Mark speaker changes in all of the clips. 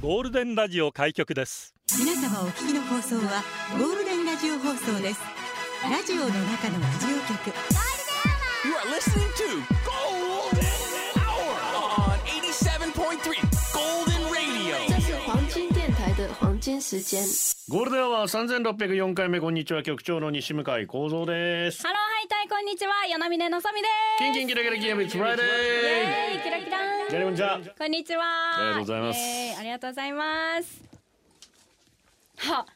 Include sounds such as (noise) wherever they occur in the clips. Speaker 1: ゴールデンラジオ開局 (laughs) です
Speaker 2: 皆様お聞きの放送はゴールデンラジオ放送ですラジオの中のラジオ局
Speaker 3: You are listening to Golden Hour on 87.3 Golden Radio.
Speaker 4: 这是黄金电台的黄金时间。
Speaker 5: ゴールデンは三千六百四回目こんにちは局長の西向井光三です。
Speaker 6: ハローハイタイこんにちは与那嶺のぞみで
Speaker 5: キンキンキラキラキラビッツフライデー。
Speaker 6: すイエーイキラキラ
Speaker 5: じゃあこんにちは。
Speaker 6: こんにちは
Speaker 5: ありがとうございます
Speaker 6: イエーイありがとうございますは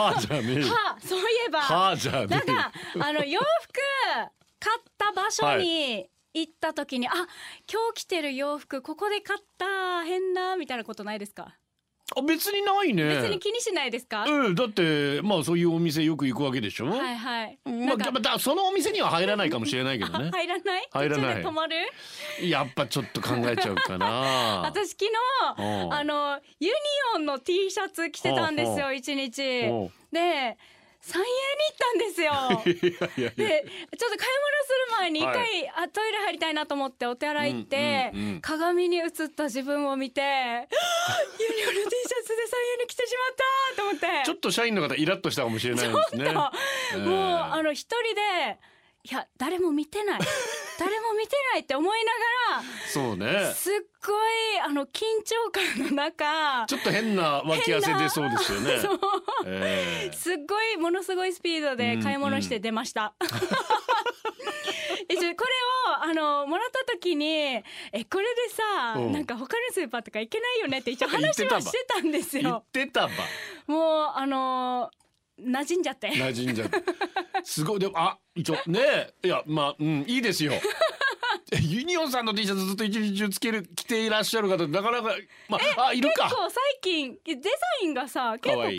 Speaker 5: はあじゃねえよ。
Speaker 6: はそういえば
Speaker 5: はあじゃね
Speaker 6: なん
Speaker 5: えよ。
Speaker 6: かあの洋服買った場所に行った時に、あ今日着てる洋服ここで買った変なみたいなことないですか
Speaker 5: あ別にないね。
Speaker 6: 別に気にしないですか、
Speaker 5: うんだってまあそういうお店よく行くわけでしょ。
Speaker 6: はいはい、
Speaker 5: まあ
Speaker 6: なん
Speaker 5: だ
Speaker 6: か
Speaker 5: だそのお店には入らないかもしれないけどね
Speaker 6: あ。入らない
Speaker 5: 入らない
Speaker 6: 途中で止まる
Speaker 5: やっぱちょっと考えちゃうかな。
Speaker 6: 私昨日
Speaker 5: うん
Speaker 6: あのユニオンの T シャツ着てたんです
Speaker 5: う
Speaker 6: よ一日
Speaker 5: おう
Speaker 6: で三円に行ったんですよ
Speaker 5: いやいや
Speaker 6: でちょっと買い物する前に一回、
Speaker 5: は
Speaker 6: あトイレ入りたいなと思ってお手洗い行って、
Speaker 5: うんうんうん
Speaker 6: 鏡に映った自分を見
Speaker 5: (laughs)
Speaker 6: てユニオンの T シャツで三円に着てしまったと思って
Speaker 5: ちょっと社員の方イラッとしたかもしれないですね。
Speaker 6: ちょっと
Speaker 5: え
Speaker 6: もう
Speaker 5: ー
Speaker 6: あの一人でいや誰も見てない誰も見てないって思いなが
Speaker 5: そうね
Speaker 6: ら。すっごいあの緊張感の中
Speaker 5: ちょっと変な脇汗出そうですよね。
Speaker 6: そう
Speaker 5: えー
Speaker 6: すっごいものすごいスピードで買い物して出
Speaker 5: (laughs)
Speaker 6: ました。えちょこれをあのもらった時にえこれでさ
Speaker 5: うん
Speaker 6: なんか他のスーパーとか行けないよねって一応
Speaker 5: 言って
Speaker 6: 話
Speaker 5: たば
Speaker 6: はしてたんです
Speaker 5: 言っ
Speaker 6: よ。
Speaker 5: てたば。
Speaker 6: もうあの馴染んじゃって。
Speaker 5: 馴染んじゃって。すごい、でも、あ、一応、ねえ、いや、まあ、うん、いいです
Speaker 6: (laughs)
Speaker 5: よ。ユニオンさんの T シャツずっと一日中つける、着ていらっしゃる方、なかなか、まあ、あ、いるか
Speaker 6: 結。構 (laughs) 最近デザインがさ結
Speaker 5: 可
Speaker 6: 構可愛
Speaker 5: 愛
Speaker 6: い
Speaker 5: い
Speaker 6: ん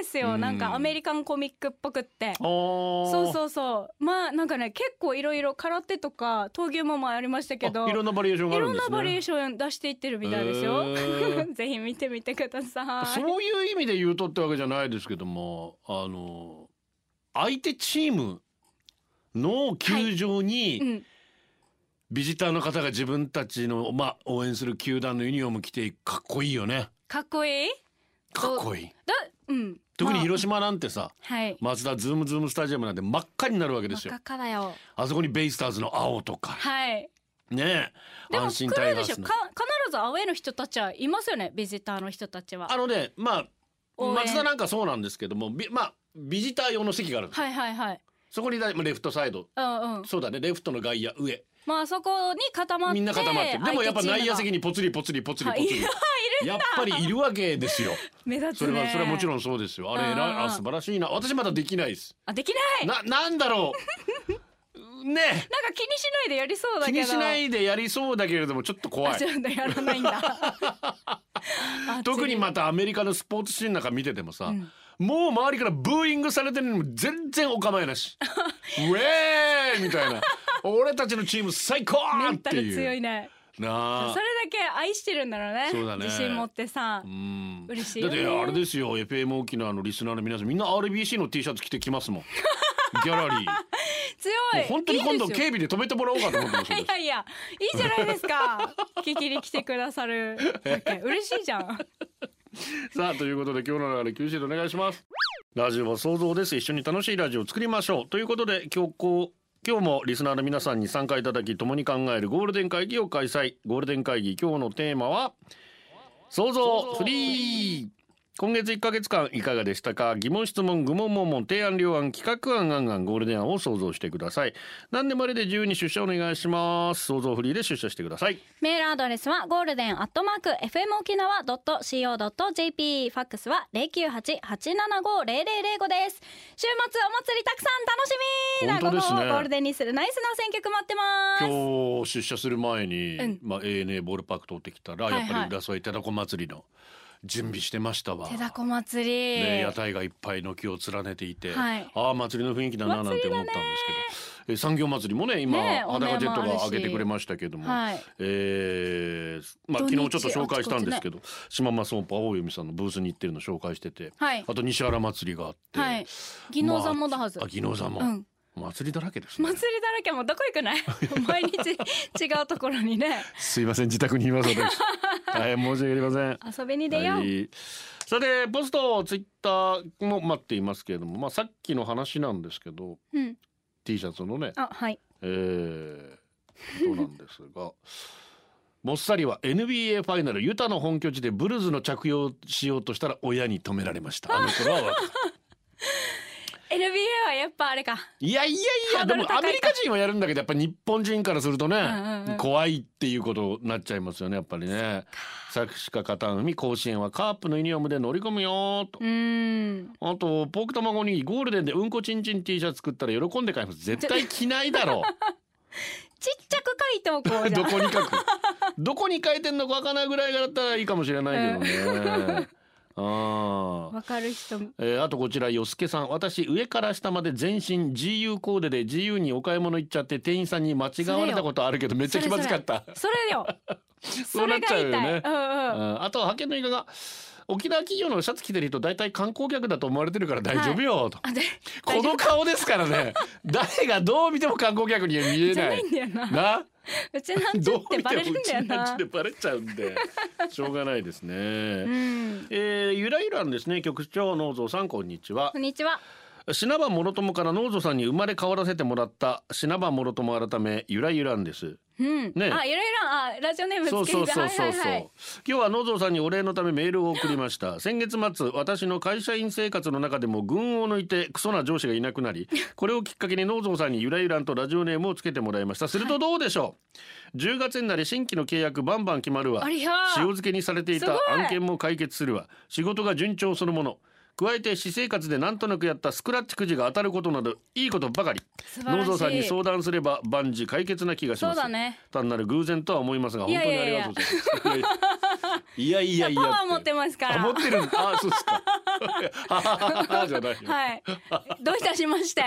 Speaker 6: です
Speaker 5: う
Speaker 6: よ
Speaker 5: ん
Speaker 6: なんかアメリカンコミックっぽくってそ
Speaker 5: そう
Speaker 6: そうそうまあなんかね結構いろいろ空手とか闘牛もありましたけど
Speaker 5: いろんなバリエーションがあ
Speaker 6: い
Speaker 5: る
Speaker 6: ろ
Speaker 5: ん
Speaker 6: ん
Speaker 5: です
Speaker 6: な
Speaker 5: ね。
Speaker 6: バリエーション出していってるみたいですよ。
Speaker 5: へー
Speaker 6: (laughs) ぜひ見てみてください。
Speaker 5: そういう意味で言うとってわけじゃないですけども、あの、相手チームの球場に、
Speaker 6: うん、
Speaker 5: ビジターの方が自分たちの、まあ、応援する球団のユニフォーム着てかっこいいよね。
Speaker 6: かっこいい。
Speaker 5: かっこいい。
Speaker 6: だ、うん。
Speaker 5: 特に
Speaker 6: まあ
Speaker 5: 広島なんてさ、
Speaker 6: はい。
Speaker 5: マツダズームズームスタジアムなんて真っ赤になるわけです
Speaker 6: 真
Speaker 5: よ
Speaker 6: っ。赤だよ。
Speaker 5: あそこにベイスターズの青とか、
Speaker 6: はい。
Speaker 5: ねえ、
Speaker 6: でも
Speaker 5: 阪
Speaker 6: 来
Speaker 5: 神タイ
Speaker 6: る
Speaker 5: ガー
Speaker 6: でしょ。
Speaker 5: スの
Speaker 6: か。必ずアウェイの人たちはいますよね。ビジターの人たちは。
Speaker 5: あのね、まあ、
Speaker 6: 応援
Speaker 5: マツダなんかそうなんですけども、びまあ、ビジター用の席があるんです。
Speaker 6: はいはいはい。
Speaker 5: そこにだいまあレフトサイド、
Speaker 6: うんうん。
Speaker 5: そうだね、レフトの外野上、
Speaker 6: まあそこに固まって。
Speaker 5: みんな固まってる。でもやっぱ内野席
Speaker 6: に。
Speaker 5: にポツリポツリポツリポツ
Speaker 6: はいい
Speaker 5: リ
Speaker 6: や。
Speaker 5: やっぱりいるわけです
Speaker 6: (laughs)
Speaker 5: よ。
Speaker 6: 目立つ
Speaker 5: それは
Speaker 6: ね。
Speaker 5: それはもちろ
Speaker 6: ん。
Speaker 5: んそうですよ。あれ
Speaker 6: うんうんうん
Speaker 5: 偉いあ素晴らしいな。私まだできないです。
Speaker 6: あ、できない。
Speaker 5: ななんだろ
Speaker 6: (laughs)
Speaker 5: う。ねえ。
Speaker 6: なんか気にしないでやりそうだけ
Speaker 5: 気
Speaker 6: ど。
Speaker 5: にしないでやりそうだけれどもちょっと怖い
Speaker 6: あ。(laughs) ちょっとやらないんだ。あ
Speaker 5: (laughs) 特
Speaker 6: (laughs)
Speaker 5: にまたアメリカのスポーツシーンなんか見ててもさ、もう周りからブーイングされてるのにも全然お構いな
Speaker 6: (laughs)
Speaker 5: しウェーイみたいな俺たちのチーム最高
Speaker 6: メ
Speaker 5: っ
Speaker 6: ンタ
Speaker 5: て
Speaker 6: ル
Speaker 5: いう
Speaker 6: 強いね。
Speaker 5: なあ
Speaker 6: それだけ愛してるんだろうね
Speaker 5: そうだね
Speaker 6: 自信持ってさ
Speaker 5: うん
Speaker 6: 嬉しいよね
Speaker 5: だってあれですよ FM 沖縄のリスナーの皆さんみんな RBC の T シャツ着てき
Speaker 6: (laughs)
Speaker 5: ますもんギャラリー
Speaker 6: 強
Speaker 5: もう
Speaker 6: い
Speaker 5: 本当に今度
Speaker 6: いい
Speaker 5: 警
Speaker 6: です
Speaker 5: 備で
Speaker 6: よ
Speaker 5: 止めてもらおうかと思ってますよ
Speaker 6: (laughs) いやいやいいじゃないです (laughs) か聞きに来てくださるだけ嬉しいじゃん
Speaker 5: (laughs) さあということで今日の流れ九州でお願いしますラジオは想像です一緒に楽しいラジオを作りましょうということで今日こう今日もリスナーの皆さんに参加いただき共に考えるゴールデン会議を開催ゴールデン会議今日のテーマは想像フリー今月1ヶ月間いかがでしたか疑問質問愚問問問提案両案企画案案案ゴールデン案を想像してください何でもあれで自由に出社お願いします想像フリーで出社してください
Speaker 6: (laughs) メールアドレスはゴールデンアットマーク FM 沖縄 .co.jp ファックスは0988750005です週末お祭りたくさん楽しみな
Speaker 5: 本当ですね
Speaker 6: 午後をゴールデンにするナイスな選曲待ってます
Speaker 5: 今日出社する前に、
Speaker 6: うん
Speaker 5: まあ、ANA ボールパーク通ってきたら、
Speaker 6: はいはい
Speaker 5: やっぱり浦添手だこ祭りの準備してましたわ。
Speaker 6: 手だこ祭り、
Speaker 5: ね、屋台がいっぱい軒を連ねていて、
Speaker 6: はい
Speaker 5: ああ祭りの雰囲気だななんて思ったんですけど、え産業祭りもね今
Speaker 6: ねえ
Speaker 5: 裸ジェット
Speaker 6: お面も
Speaker 5: が
Speaker 6: あるし
Speaker 5: 上げてくれましたけども、
Speaker 6: はい
Speaker 5: えーまあ、
Speaker 6: 土
Speaker 5: 昨
Speaker 6: 日
Speaker 5: 日ちょっと紹介したんですけど、島間ソーパー大読さんのブースに行ってるの紹介してて、
Speaker 6: はい
Speaker 5: あと西原祭りがあって、
Speaker 6: はい技能山もだはず、
Speaker 5: あ技能山も、
Speaker 6: うん
Speaker 5: 祭りだらけです、ね
Speaker 6: 祭りだらけもうどこ行くない (laughs) 毎日違うところにね
Speaker 5: すいません自宅にいます私大変申し訳ありません
Speaker 6: (laughs) 遊びに出よう、
Speaker 5: はい、それでポストツイッターも待っていますけれども、まあ、さっきの話なんですけど
Speaker 6: うん
Speaker 5: T シャツのね、
Speaker 6: あはい
Speaker 5: えー、ことなんですがもっさりは NBA ファイナルユタの本拠地でブルズの着用をしようとしたら親に止められましたあの頃は若かった
Speaker 6: NBA はやっぱあれか
Speaker 5: いやいやい
Speaker 6: ハ
Speaker 5: や
Speaker 6: ー
Speaker 5: で
Speaker 6: ドル
Speaker 5: も
Speaker 6: 高いか
Speaker 5: アメリカ人はやるんだけどやっぱ日本人からするとね、
Speaker 6: んうんうん
Speaker 5: 怖いっていうことになっちゃいますよねやっぱりね作詞家片海甲子園はカープのユニフォームで乗り込むよと
Speaker 6: うーん
Speaker 5: あとポーク卵にゴールデンでうんこちんちん T シャツ作ったら喜んで買います絶対着ないだろ
Speaker 6: (laughs) ちっちゃく書いておこう
Speaker 5: う
Speaker 6: じゃ
Speaker 5: ど
Speaker 6: ん
Speaker 5: こに書くどこに書いてんのかわからないぐらいだったらいいかもしれないけどね、ああ
Speaker 6: わかる人も
Speaker 5: えーあとこちらよすけさん私上から下まで全身 GU コーデで自由にお買い物行っちゃって店員さんに間違われたことあるけどめっちゃ気まずかった
Speaker 6: それ
Speaker 5: (laughs)
Speaker 6: よ
Speaker 5: そうなっちゃうよね
Speaker 6: それが痛いうんう
Speaker 5: う
Speaker 6: ん
Speaker 5: んあとは派遣のイカが沖縄企業のシャツ着てる人大体観光客だと思われてるから大丈夫よ、と
Speaker 6: あで
Speaker 5: この顔ですから
Speaker 6: (laughs)
Speaker 5: ね誰がどう見ても観光客には見え
Speaker 6: じゃ
Speaker 5: な
Speaker 6: ない
Speaker 5: い
Speaker 6: んだよな
Speaker 5: な
Speaker 6: うちなんち
Speaker 5: どう
Speaker 6: って
Speaker 5: 見
Speaker 6: バ
Speaker 5: ても
Speaker 6: レ
Speaker 5: う
Speaker 6: るん
Speaker 5: ち
Speaker 6: だよ
Speaker 5: なんち
Speaker 6: な
Speaker 5: でバレちゃうん
Speaker 6: (laughs)
Speaker 5: でしょうがないですね、
Speaker 6: うん
Speaker 5: えーゆらゆらんですね局長能蔵さんこんにちは
Speaker 6: こんにちは
Speaker 5: 品場諸友から能蔵さんに生まれ変わらせてもらった品場諸友改めゆらゆらんです
Speaker 6: うん、
Speaker 5: ね
Speaker 6: あいろいろあラジオネームつけ
Speaker 5: そう
Speaker 6: て
Speaker 5: そうそうそうそう、
Speaker 6: はいはいはい
Speaker 5: 今日は能蔵さんにお礼のためメールを送りました (laughs) 先月末私の会社員生活の中でも群を抜いてクソな上司がいなくな
Speaker 6: (laughs)
Speaker 5: りこれをきっかけに能蔵さんにゆらゆらんとラジオネームをつけてもらいましたするとどうでしょう、10月になり新規の契約バンバン決まるわ
Speaker 6: あり
Speaker 5: 塩
Speaker 6: ゃー
Speaker 5: 漬けにされてい
Speaker 6: す
Speaker 5: た
Speaker 6: ごい
Speaker 5: 案件も解決するわ仕事が順調そのもの加えて私生活でなんとなくやったスクラッチくじが当たることなどいいことばかり
Speaker 6: 素晴らしい
Speaker 5: 能蔵さんに相談すれば万事解決な気がし
Speaker 6: そ
Speaker 5: ま
Speaker 6: う
Speaker 5: す
Speaker 6: だね
Speaker 5: 単なる偶然とは思いますが本
Speaker 6: いや
Speaker 5: 当
Speaker 6: い
Speaker 5: にあ
Speaker 6: や
Speaker 5: り
Speaker 6: い
Speaker 5: がと
Speaker 6: や
Speaker 5: うござい
Speaker 6: (laughs)
Speaker 5: ます。いやいやいや。
Speaker 6: パワー持ってますから
Speaker 5: あ持ってる。あそうですか。ははははじゃないよ。
Speaker 6: はいどういたしまして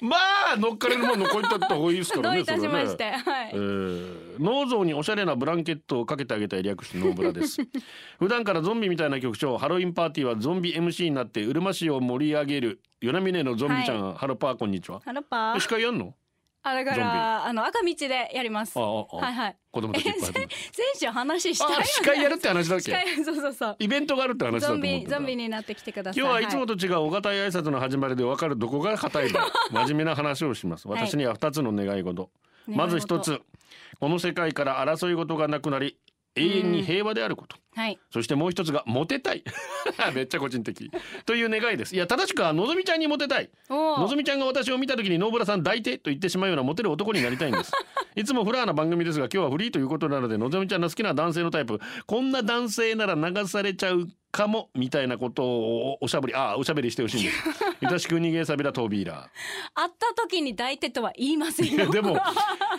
Speaker 5: まあ乗っかれるもんのこういった方がいいですか
Speaker 6: ど
Speaker 5: ら
Speaker 6: う
Speaker 5: ね。
Speaker 6: いたしまし
Speaker 5: それ
Speaker 6: て
Speaker 5: はね
Speaker 6: はい
Speaker 5: えー、ノーゾーにおしゃれなブランケットをかけてあげたい略してノーブラです
Speaker 6: (laughs)
Speaker 5: 普段からゾンビみたいな局長ハロウィンパーティーはゾンビ MC になってうるま市を盛り上げる与那嶺のゾンビちゃん、ハロパーこんにちは
Speaker 6: ハロパ
Speaker 5: え
Speaker 6: ー
Speaker 5: 司会やんの
Speaker 6: あだか
Speaker 5: ゾンビ
Speaker 6: らあの赤道でやります
Speaker 5: ああ
Speaker 6: は
Speaker 5: あ、
Speaker 6: いはい
Speaker 5: 子供たちいっぱい集まって
Speaker 6: 選手話したいよ (laughs)
Speaker 5: あ
Speaker 6: ね
Speaker 5: 司会やるって話だっ
Speaker 6: 司
Speaker 5: け
Speaker 6: 会そうそうそう
Speaker 5: イベントがあるって話だと
Speaker 6: ゾ
Speaker 5: 思っ
Speaker 6: ン
Speaker 5: て
Speaker 6: ビ
Speaker 5: た
Speaker 6: ゾンビになってきてください
Speaker 5: 今日はいつもと違うお堅い挨拶の始まりで分かるどこが硬
Speaker 6: (laughs)
Speaker 5: いか真面目な話をします
Speaker 6: はい
Speaker 5: 私には2つの願い事、
Speaker 6: 願い事
Speaker 5: まず一つこの世界から争い事がなくなり永遠に平和であること
Speaker 6: はい
Speaker 5: そしてもう一つがモテたい (laughs) めっちゃ個人的という願いですいや正しくはのぞみちゃんにモテたい
Speaker 6: お
Speaker 5: の
Speaker 6: お
Speaker 5: ぞみちゃんが私を見た時に「ノーブラさん抱いて」と言ってしまうようなモテる男になりたいん
Speaker 6: (laughs)
Speaker 5: ですいつもフラーな番組ですが今日はフリーということなのでのぞみちゃんの好きな男性のタイプこんな男性なら流されちゃうかもみたいなことをおおしゃべりああおしゃべりしてほしいんです
Speaker 6: (laughs)
Speaker 5: ゆたしく逃げさびらトービーラ
Speaker 6: 会った時に抱いてとは (laughs) 言いません
Speaker 5: ーいや
Speaker 6: よ
Speaker 5: でも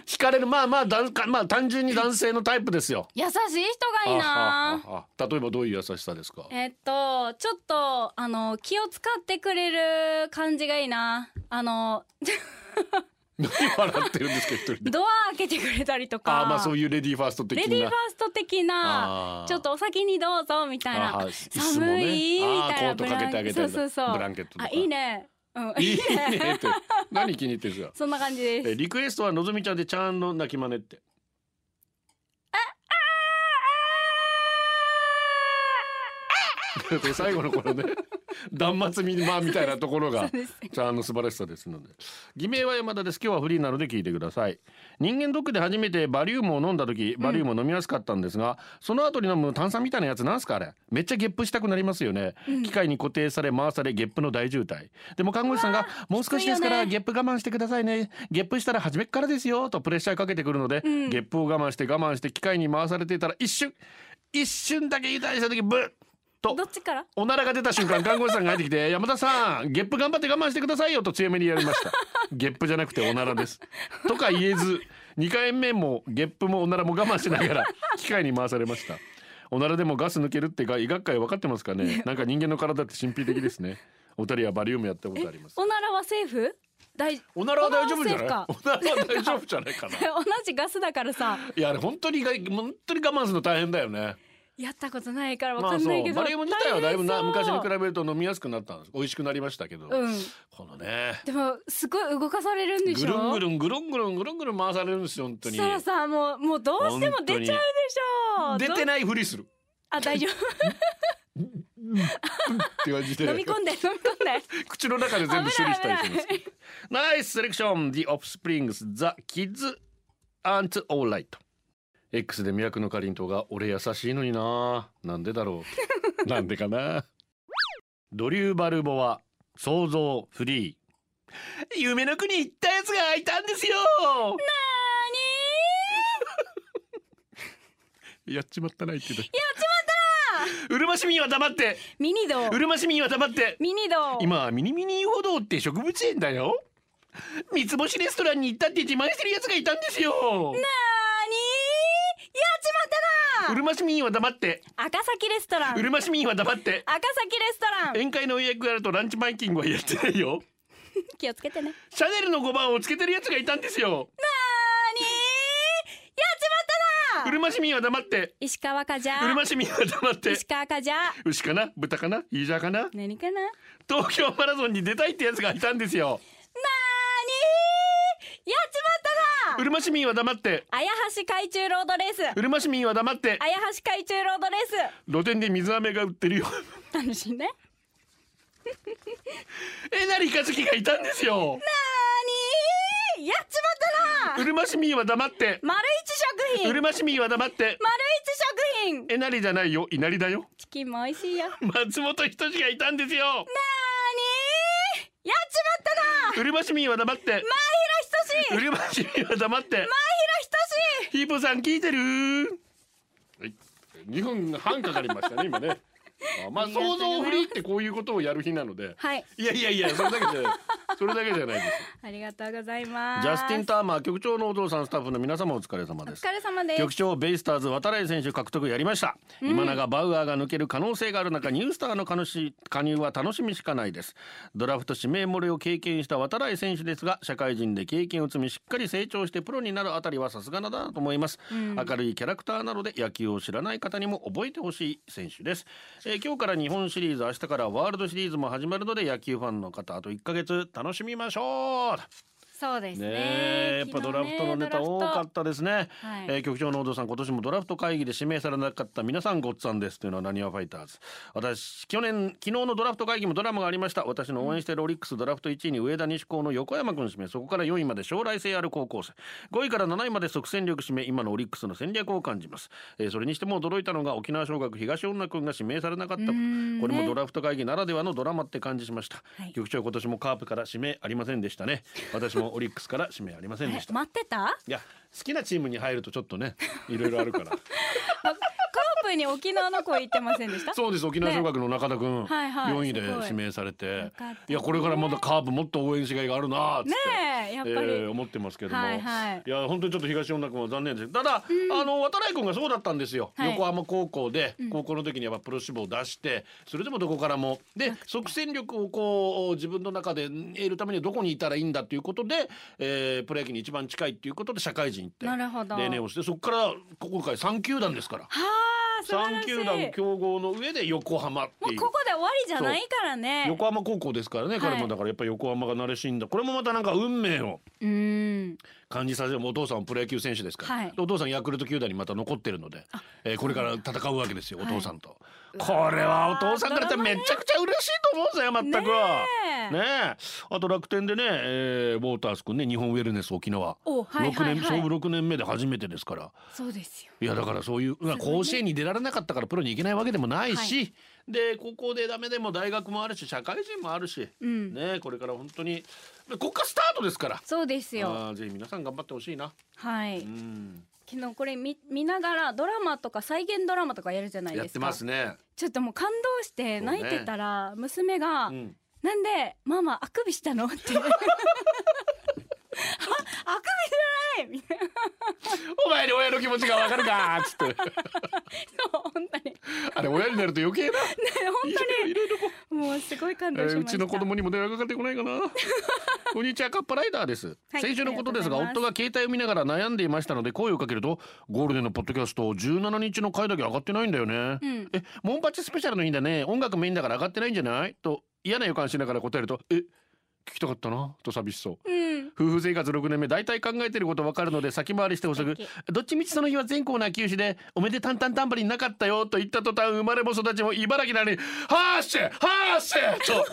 Speaker 5: 惹かれるまあまあだんかまあ単純に男性のタイプですよ
Speaker 6: 優しい人がいいな
Speaker 5: ああああ例えばどういう優しさですか
Speaker 6: えっとちょっとあの気を使ってくれる感じがいいなあの
Speaker 5: 何 (laughs) 笑ってるんですか一人で
Speaker 6: ドア開けてくれたりとか
Speaker 5: ああまあそういうレディーファースト的な
Speaker 6: レディーファースト的
Speaker 5: あ
Speaker 6: な
Speaker 5: ー
Speaker 6: ちょっとお先にどうぞみたい
Speaker 5: あ
Speaker 6: な
Speaker 5: ー椅子もね
Speaker 6: 寒いみたい
Speaker 5: あー
Speaker 6: な
Speaker 5: コートかけてあげた
Speaker 6: そ
Speaker 5: りとか
Speaker 6: うそうそう
Speaker 5: ブランケットとか
Speaker 6: あいいねうん
Speaker 5: いいねっ
Speaker 6: (laughs)
Speaker 5: て何気に入ってるんですか
Speaker 6: そんな感じです
Speaker 5: えリクエストはのぞみちゃんでちゃんの泣き真似ってで最後 (laughs) のこのね断末ミマみたいなところが
Speaker 6: そうです
Speaker 5: (laughs) ちゃんの素晴らしさですので偽名は山田です今日はフリーなので聞いてください人間ドックで初めてバリウムを飲んだ時バリウムを飲みやすかったんですが、その後に飲む炭酸みたいなやつなんすかあれめっちゃゲップしたくなりますよね、機械に固定され回されゲップの大渋滞でも看護師さんがもう少しですから
Speaker 6: きついよね
Speaker 5: ゲップ我慢してくださいねゲップしたら初めっからですよとプレッシャーかけてくるので、ゲップを我慢して我慢して機械に回されていたら一瞬一瞬だけ油断した時ブッと
Speaker 6: どっちから
Speaker 5: おならが出た瞬間看護師さんが入ってきて「山田さんゲップ頑張って我慢してくださいよ」と強めにやりましたゲップじゃなくておならですとか言えず2回目もゲップもおならも我慢しながら機械に回されましたおならでもガス抜けるってか医学界分かってますかねなんか人間の体って神秘的ですねお二人はバリウムやったことあります
Speaker 6: おならはセーフ大
Speaker 5: (laughs) おならは大丈夫じゃないお
Speaker 6: おならはセーフ
Speaker 5: ならは大丈夫
Speaker 6: (laughs)
Speaker 5: じゃないかな
Speaker 6: か同じガスだからさ
Speaker 5: いやあれ本当にが本当に我慢するの大変だよね
Speaker 7: やったことないからわ
Speaker 5: ま
Speaker 7: か
Speaker 5: あ
Speaker 7: ん
Speaker 5: そ
Speaker 7: ないけ
Speaker 5: う
Speaker 7: ど、
Speaker 5: バレー部自体はだいぶな
Speaker 7: 大変
Speaker 5: 昔
Speaker 7: そう
Speaker 5: に比べると飲みやすくなったんです美味しくなりましたけど、
Speaker 7: うん
Speaker 5: このね
Speaker 7: でもすごい動かされるんで
Speaker 5: ぐ
Speaker 7: し
Speaker 5: るん
Speaker 7: ょ
Speaker 5: ぐるんぐるんぐるんぐるんぐるん回されるんですよ本当
Speaker 7: そし
Speaker 5: に
Speaker 7: たらさもうもうどうしても出ちゃうでしょ
Speaker 5: 出て
Speaker 7: ど
Speaker 5: ないふりする
Speaker 7: あ大丈
Speaker 5: って感じで
Speaker 7: 夫 (laughs) 飲み込んで飲み込ん
Speaker 5: (laughs)
Speaker 7: で
Speaker 5: 口の中で全部処理したりするんです
Speaker 7: 危な
Speaker 5: けどナイスセレクション The Offsprings The Kids Aren't Alright X で魅惑のかりんとうが俺優しいのにななんでだろ
Speaker 7: (laughs)
Speaker 5: うなんでかなドリューバルボは想像フリー夢の国行ったやつがいたんですよやっちまったな言ってたやっちまったうるま市民は黙って
Speaker 7: ミニドー
Speaker 5: うるま市民は黙って
Speaker 7: ミニドー
Speaker 5: 今はミニミニ歩道って植物園だよ三つ星レストランに行ったって自慢してる奴がいたんですよ
Speaker 7: なーにーやっちまった
Speaker 5: う
Speaker 7: な
Speaker 5: るま市民は黙って
Speaker 7: 赤崎レストラン
Speaker 5: う
Speaker 7: 赤崎レ
Speaker 5: るま市民は黙って
Speaker 7: ストラン
Speaker 5: 宴会の予約があるとランチバイキングはやってないよ
Speaker 6: 気をつけてね
Speaker 5: シャネルの5番をつけてる奴がいたんですよ
Speaker 7: なーにーやっちまった
Speaker 5: う
Speaker 7: な
Speaker 5: るま市民は黙って
Speaker 6: 石川かじゃ
Speaker 5: うるま市民は黙って
Speaker 6: 石川かじゃ
Speaker 5: 牛かな豚かなイージャーかな
Speaker 6: 何かなな
Speaker 5: 東京マラソンに出たいって奴がいたんですよ
Speaker 7: なーにーやっちまった
Speaker 5: う
Speaker 7: な
Speaker 5: るま市民は黙って
Speaker 6: 綾橋海中ロードレース
Speaker 5: うるま市民は黙って
Speaker 6: 綾橋海中ロードレ
Speaker 5: 露店で水飴が売ってるよ
Speaker 6: ース楽しいね
Speaker 5: えなりかずきがいたんですよ
Speaker 7: なーにーやっちまった
Speaker 5: (laughs) う
Speaker 7: な
Speaker 5: るま市民は黙って
Speaker 7: 丸一食
Speaker 5: う
Speaker 7: 品
Speaker 5: るま市民は黙って
Speaker 7: 丸一食品
Speaker 5: えなりじゃないよいなりだよ
Speaker 6: チキンも美味しいよ
Speaker 5: 松本人志がいたんですよ
Speaker 7: なーにーやっちまったな
Speaker 5: うるま市民は黙って
Speaker 7: 前
Speaker 5: う
Speaker 7: 平等
Speaker 5: るま市民は黙って
Speaker 7: 前平等
Speaker 5: ヒーポさん聞いてるはい2分半かかりましたね今 (laughs) ねあまあ想像フリーってこういうことをやる日なので
Speaker 6: はい
Speaker 5: いやいやいやそれだけじゃないそれだけじゃないです
Speaker 6: ありがとうございます
Speaker 5: ジャスティン・ターマー局長のお父さんスタッフの皆様お疲れ様
Speaker 6: お
Speaker 5: です
Speaker 6: 疲れ様です
Speaker 5: 局長ベイスターズ渡来選手獲得やりました、今永バウアーが抜ける可能性がある中ニュースターの加入し加入は楽しみしかないですドラフト指名漏れを経験した渡来選手ですが社会人で経験を積みしっかり成長してプロになるあたりはさすがだなと思います、明るいキャラクターなので野球を知らない方にも覚えてほしい選手です、えー今日から日本シリーズ明日からワールドシリーズも始まるので野球ファンの方あと1ヶ月楽しみましょう
Speaker 6: そうですね
Speaker 5: ねえやっぱドラフトのネタ多か
Speaker 6: た
Speaker 5: ったですね、
Speaker 6: はい
Speaker 5: えー局長のお父さん今年もドラフト会議で指名されなかった皆さんごっつぁんですというのはなにわファイターズ私去年昨日のドラフト会議もドラマがありました私の応援しているオリックスドラフト1位に上田西高の横山君指名そこから4位まで将来性ある高校生5位から7位まで即戦力指名今のオリックスの戦略を感じます、えーそれにしても驚いたのが沖縄尚学東恩納君が指名されなかったことこれもドラフト会議ならではのドラマって感じしました、
Speaker 6: はい
Speaker 5: 局長今年もカープから指名ありませんでした
Speaker 6: (laughs)
Speaker 5: ね私もオリックスから指名ありませんでした
Speaker 6: 待ってた
Speaker 5: いや好きなチームに入るとちょっとねいろいろある
Speaker 6: (laughs)
Speaker 5: から
Speaker 6: カープに沖縄の子行ってませんでした
Speaker 5: そうです沖縄尚学の中田君、
Speaker 6: はいはい
Speaker 5: 4位です
Speaker 6: ごい
Speaker 5: 指名されて
Speaker 6: かった
Speaker 5: いやこれからまだカープもっと応援しがいがあるなーっつって。
Speaker 6: ねえやっぱり、
Speaker 5: えー思ってますけども、
Speaker 6: はいはい
Speaker 5: や本当にちょっと東恩納君は残念ですただ、あの渡来君がそうだったんですよ、
Speaker 6: はい
Speaker 5: 横浜高校で高校の時にやっぱプロ志望を出してそれでもどこからもで即戦力をこう自分の中で得るためにはどこにいたらいいんだということで、えープロ野球に一番近いということで社会人行って
Speaker 6: なるほど
Speaker 5: 例年をしてそこから今回3球団ですから
Speaker 6: はあ素晴ら
Speaker 5: 3
Speaker 6: しい
Speaker 5: 球団
Speaker 6: も
Speaker 5: 競合の上で横浜っていうう
Speaker 6: こ。こで終わりじゃないからね
Speaker 5: 横浜高校ですからね、彼
Speaker 6: は
Speaker 5: も
Speaker 6: い
Speaker 5: だからやっぱり横浜が慣れしんだこれもまたなんか運命を
Speaker 6: うん
Speaker 5: 感じさせるお父さんはプロ野球選手ですから、
Speaker 6: はい
Speaker 5: でお父さんヤクルト球団にまた残ってるので、えーこれから戦うわけですよ、
Speaker 6: はい
Speaker 5: お父さんとこれはお父さんからしたらめちゃくちゃ嬉しいと思うぜよ全くね
Speaker 6: ねえ
Speaker 5: えあと楽天でね、えーウォータース君ね日本ウェルネス沖縄
Speaker 6: おはい
Speaker 5: 六
Speaker 6: はい
Speaker 5: 年
Speaker 6: は
Speaker 5: 勝負
Speaker 6: い
Speaker 5: 6年目で初めてですから
Speaker 6: そうですよ
Speaker 5: いやだからそういう、まあ甲子園に出られなかったからプロに行けないわけでもないし、で高校でダメでも大学もあるし社会人もあるし、
Speaker 6: うん
Speaker 5: ねえこれから本当にここからスタートですから
Speaker 6: そうですよ
Speaker 5: あーぜひ皆さん頑張ってほしいな。
Speaker 6: はい
Speaker 5: うん
Speaker 6: 昨日これ見見ながらドラマとか再現ドラマとかやるじゃないです
Speaker 5: や
Speaker 6: か
Speaker 5: ってますね。
Speaker 6: ちょっともう感動して泣いてたら娘が、
Speaker 5: うん、
Speaker 6: なんでママあくびしたのってああくびじゃない
Speaker 7: いみたいな
Speaker 5: お前に親の気持ちがわか
Speaker 7: (laughs)
Speaker 5: るかつって
Speaker 7: そう本当に
Speaker 5: あれ親になると余計な
Speaker 7: 本当にもうすごい感
Speaker 5: え
Speaker 7: 動しまし
Speaker 5: ー
Speaker 7: た
Speaker 5: うちの子供にも電話かかってこな
Speaker 7: (laughs)
Speaker 5: いかなこんにちはカッパライダーです、
Speaker 7: はい
Speaker 5: 先週のことですが
Speaker 7: ありがと
Speaker 5: 夫
Speaker 7: うございます
Speaker 5: が携帯を見ながら悩んでいましたので声をかけるとゴールデンのポッドキャスト17日の回だけ上がってないんだよね、
Speaker 7: うん
Speaker 5: えモンパチスペシャルの日だね音楽メインだから上がってないんじゃないと嫌な予感しながら答えるとえ聞きたかったなと寂しそう
Speaker 7: うん
Speaker 5: 夫婦生活6年目大体考えてること分かるので先回りして補足
Speaker 7: 素
Speaker 5: どっちみちその日は全コーナー休止でおめでたんたんたんばりなかったよと言った途端生まれも育ちも茨城なのに「ハーシェハーシェ!」
Speaker 7: (laughs)
Speaker 5: と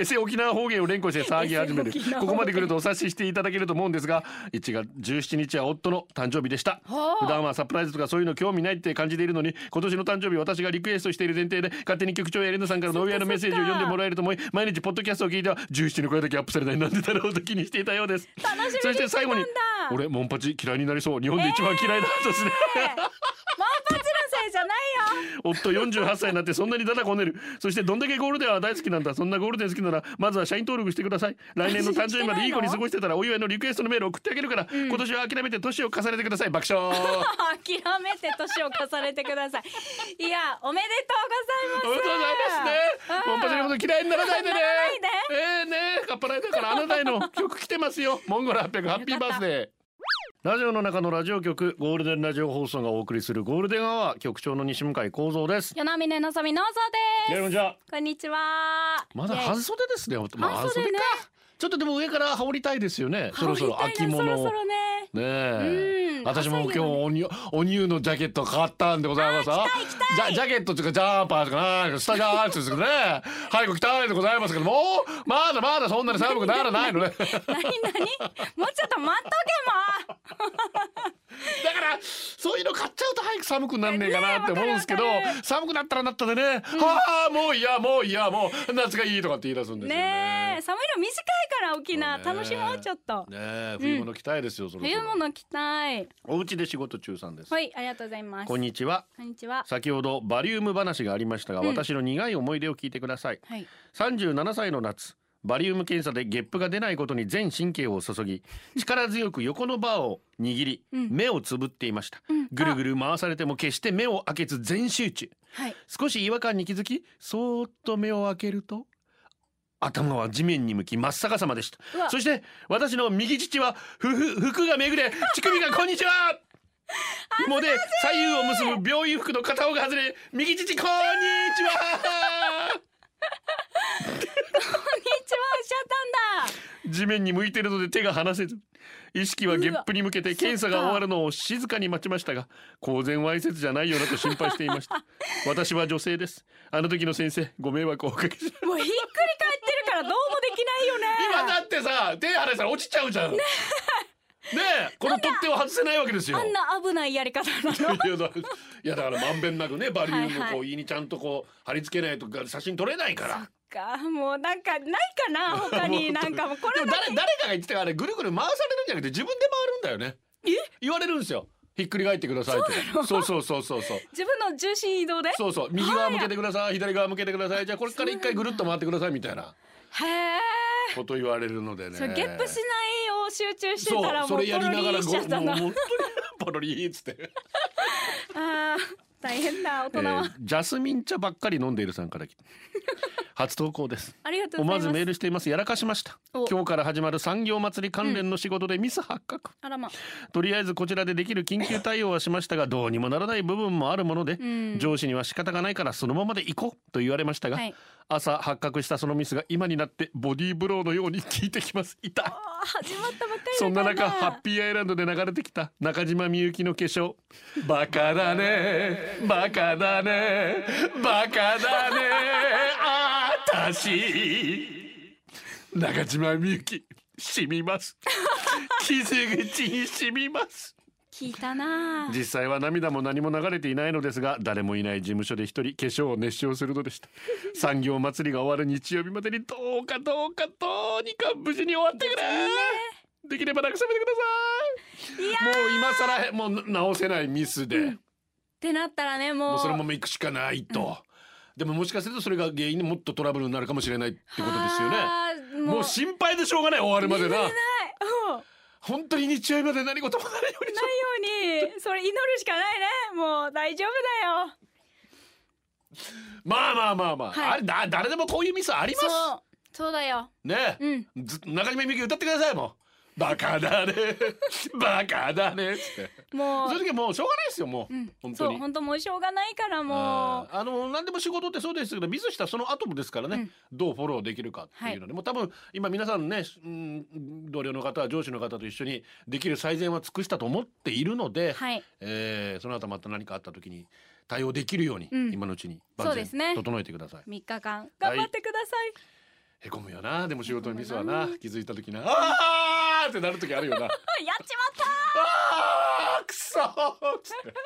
Speaker 5: エセ沖縄方言を連呼して騒ぎ始める
Speaker 7: エセ沖縄方言
Speaker 5: ここまで来るとお察ししていただけると思うんですが1月17日は夫の誕生日でした普段はサプライズとかそういうの興味ないって感じているのに今年の誕生日私がリクエストしている前提で勝手に局長やエレナさんからのお祝いのメッセージを読んでもらえると思い毎日ポッドキャストを聞いては17の声だけアップされないなんでだろうと気にしていたようです
Speaker 7: 楽しみ
Speaker 5: そ
Speaker 7: にし
Speaker 5: して
Speaker 7: てた
Speaker 5: 最
Speaker 7: ん
Speaker 5: 後
Speaker 7: だ
Speaker 5: に「俺モンパチ嫌いになりそう日本で一番嫌いだ」とですね、
Speaker 7: 万八のせいじゃないよ
Speaker 5: 夫48歳になってそんなにだだこねるそしてどんだけゴールデンは大好きなんだそんなゴールデン好きならまずは社員登録してください来年の誕生日までいい子に過ごしてたらお祝いのリクエストのメール送ってあげるから、今年は諦めて年を重ねてください爆 (laughs) 笑
Speaker 7: 諦めて年を重ねてくださいいやおめで
Speaker 5: お
Speaker 7: とう
Speaker 5: め
Speaker 7: ご
Speaker 5: でとうご
Speaker 7: ざい
Speaker 5: ざい
Speaker 7: ます
Speaker 5: ますねモンパチのこと嫌いにならないでね
Speaker 7: ならないで
Speaker 5: ええねカッパライダーからあなたへの曲来てますよモンゴル800ハッピーバースデーラジオの中のラジオ局ゴールデンラジオ放送がお送りするゴールデンアワー局長の西向井光三です
Speaker 6: 与那嶺のぞみのぞ
Speaker 5: い
Speaker 6: で
Speaker 5: や
Speaker 6: す
Speaker 5: こんにちは
Speaker 6: こん
Speaker 5: ま
Speaker 6: にちは
Speaker 5: だ
Speaker 6: イエイ
Speaker 5: 半袖ですね。まあ
Speaker 6: 半袖ね
Speaker 5: か。ちょっとでも上から羽織りたいですよね。そろそろ
Speaker 6: 羽織りた
Speaker 5: 秋
Speaker 6: いな
Speaker 5: 物を。
Speaker 6: そろそろね
Speaker 5: ねえ、
Speaker 6: うん
Speaker 5: 私も今日おにゅおにゅうのジャケット買ったんでございますあジャジャケットというかジャーパーとかなんかスタジャーっていうんですけどね
Speaker 6: (laughs)
Speaker 5: はいご期待でございますけどもまだまだそんなに寒くならないのね (laughs) だか
Speaker 7: な (laughs) になにもうちょっと待っと
Speaker 5: らそういうの買っちゃうと早く寒くなんねえかなって思うんですけど、
Speaker 7: ねえわかるわ
Speaker 5: 寒くなったらなったでね、はあもういいやもういいやもう夏がいいとかって言い出すんで
Speaker 7: け
Speaker 5: す
Speaker 7: も
Speaker 5: よ
Speaker 7: ね
Speaker 5: ね
Speaker 7: え寒いの短いから沖縄
Speaker 5: そうね
Speaker 7: 楽しもうちょっと
Speaker 5: ねえ冬物着たいですよ、そろそろ
Speaker 7: 冬物着たい
Speaker 5: お家で仕事中さんです、
Speaker 7: はいありがとうございます
Speaker 5: こんにちは
Speaker 7: こんにちは
Speaker 5: 先ほどバリウム話がありましたが、
Speaker 7: うん
Speaker 5: 私の苦い思い出を聞いてください
Speaker 7: はい
Speaker 5: 37歳の夏バリウム検査でゲップが出ないことに全神経を注ぎ力強く横のバーを握り、
Speaker 7: うん
Speaker 5: 目をつぶっていました、
Speaker 7: うん
Speaker 5: ぐるぐる回されても決して目を開けず全集中
Speaker 7: はい
Speaker 5: 少し違和感に気づきそーっと目を開けると頭は地面に向き真っ逆さまでした
Speaker 7: うわ
Speaker 5: そして私の右乳はふふ服がめぐれ乳首がこ
Speaker 7: (laughs)
Speaker 5: んにちは紐で左右を結ぶ病院服の片方が外れ右乳こんにちは
Speaker 7: こんにちはしちゃったんだ
Speaker 5: 地面に向いているので手が離せず意識はゲップに向けて検査が終わるのを静かに待ちましたが公然わいせつじゃないよなと心配していました私は女性ですあの時の先生ご迷惑をおかけし
Speaker 7: もうひっくり返ってるからどうもできないよね
Speaker 5: 今だってさ手離したら落ちちゃうじゃんねえこの取っ手を外せないわけですよ
Speaker 7: あんな危ないやり方なの
Speaker 5: いやだいやだからまんべんなくねバリウムをこう、
Speaker 7: はいは
Speaker 5: 胃にちゃんとこう貼り付けないと写真撮れないから
Speaker 7: かもうなんかないかな他になんかもうこ
Speaker 5: で
Speaker 7: れ
Speaker 5: も
Speaker 7: だ
Speaker 5: 誰誰かが言ってたからあれぐるぐる回されるんじゃなくて自分で回るんだよね言われるんですよひっくり返ってくださいってそうそうそうそうそう
Speaker 7: 自分の重心移動で
Speaker 5: そうそう右側向けてください左側向けてくださいじゃあこれから一回ぐるっと回ってくださいみたいな
Speaker 7: へえ
Speaker 5: こと言われるのでね
Speaker 7: そうゲップしないを集中してたら
Speaker 5: そ
Speaker 7: もうポ
Speaker 5: うそれやり
Speaker 7: ロ
Speaker 5: なが
Speaker 7: リ
Speaker 5: ら
Speaker 7: しちゃった
Speaker 5: もう
Speaker 7: な
Speaker 5: もう本当にポロリーっつって
Speaker 7: あー大変だ
Speaker 5: え
Speaker 7: 大人は、
Speaker 5: ージャスミン茶ばっかり飲んでいるさんか
Speaker 7: (laughs)
Speaker 5: ら来て初投稿です
Speaker 7: ありがとう
Speaker 5: 思
Speaker 7: ござ
Speaker 5: わ
Speaker 7: い
Speaker 5: ず
Speaker 7: ます
Speaker 5: メールしていますやらかしました
Speaker 7: お
Speaker 5: 今日から始まる産業祭り関連の仕事でミス発覚、
Speaker 7: あらま
Speaker 5: とりあえずこちらでできる緊急対応はしましたがどうにもならない部分もあるもので、
Speaker 7: ん
Speaker 5: 上司には仕方がないからそのままで行こうと言われましたが、
Speaker 7: はい
Speaker 5: 朝発覚したそのミスが今になってボディーブローのように効いてきます痛い
Speaker 7: あ始まったばっかりだから
Speaker 5: そんな中ハッピーアイランドで流れてきた中島みゆきの化粧バカだねバカだねバカだねあたし中島みゆき染み (laughs) ます傷口に染みます
Speaker 7: 聞いたなあ
Speaker 5: (laughs) 実際は涙も何も流れていないのですが誰もいない事務所で一人化粧を熱唱するので (laughs) した産業祭りが終わる日曜日までにどうかどうかどうにか無事に終わってくれできれば慰めてくださいもう今更へもう直せないミスで、
Speaker 7: ってなったらねもう
Speaker 5: もうそのまま行くしかないと、でももしかするとそれが原因でもっとトラブルになるかもしれないってことですよね
Speaker 7: あーもう
Speaker 5: もう心配でしょうがない終わるまでな
Speaker 7: はいうん
Speaker 5: 本当に日曜日まで何事もないようにしよ
Speaker 7: ないようにそれ祈るしかないねもう大丈夫だよ
Speaker 5: うまあまあまあまあ、
Speaker 7: はい
Speaker 5: あれだ誰でもこういうミスあります
Speaker 7: そうそうだよ
Speaker 5: ねえ、
Speaker 7: うん
Speaker 5: ず中島みゆき歌ってくださいもうバカ
Speaker 7: (laughs)
Speaker 5: だねバカだねっつって
Speaker 7: もう
Speaker 5: そういう時もうしょうがないですよもう、
Speaker 7: うん
Speaker 5: 本当
Speaker 7: そう
Speaker 5: に
Speaker 7: 本当もうしょうがないからも
Speaker 5: あーあの何でも仕事ってそうですけどミスしたその後もですからね、どうフォローできるかっていうので、もう多分今皆さんね、うん、同僚の方上司の方と一緒にできる最善は尽くしたと思っているので、
Speaker 7: うはい
Speaker 5: えーその後また何かあった時に対応できるように、
Speaker 7: うん
Speaker 5: 今のうちに
Speaker 7: そうですね
Speaker 5: 整えてください。
Speaker 7: 3日間頑張ってください、
Speaker 5: へこむよなでも仕事のミスはな気づいた時
Speaker 7: (laughs)
Speaker 5: なあーってなる時あるよな
Speaker 7: やっちまっ
Speaker 5: あーくそーっつって
Speaker 7: た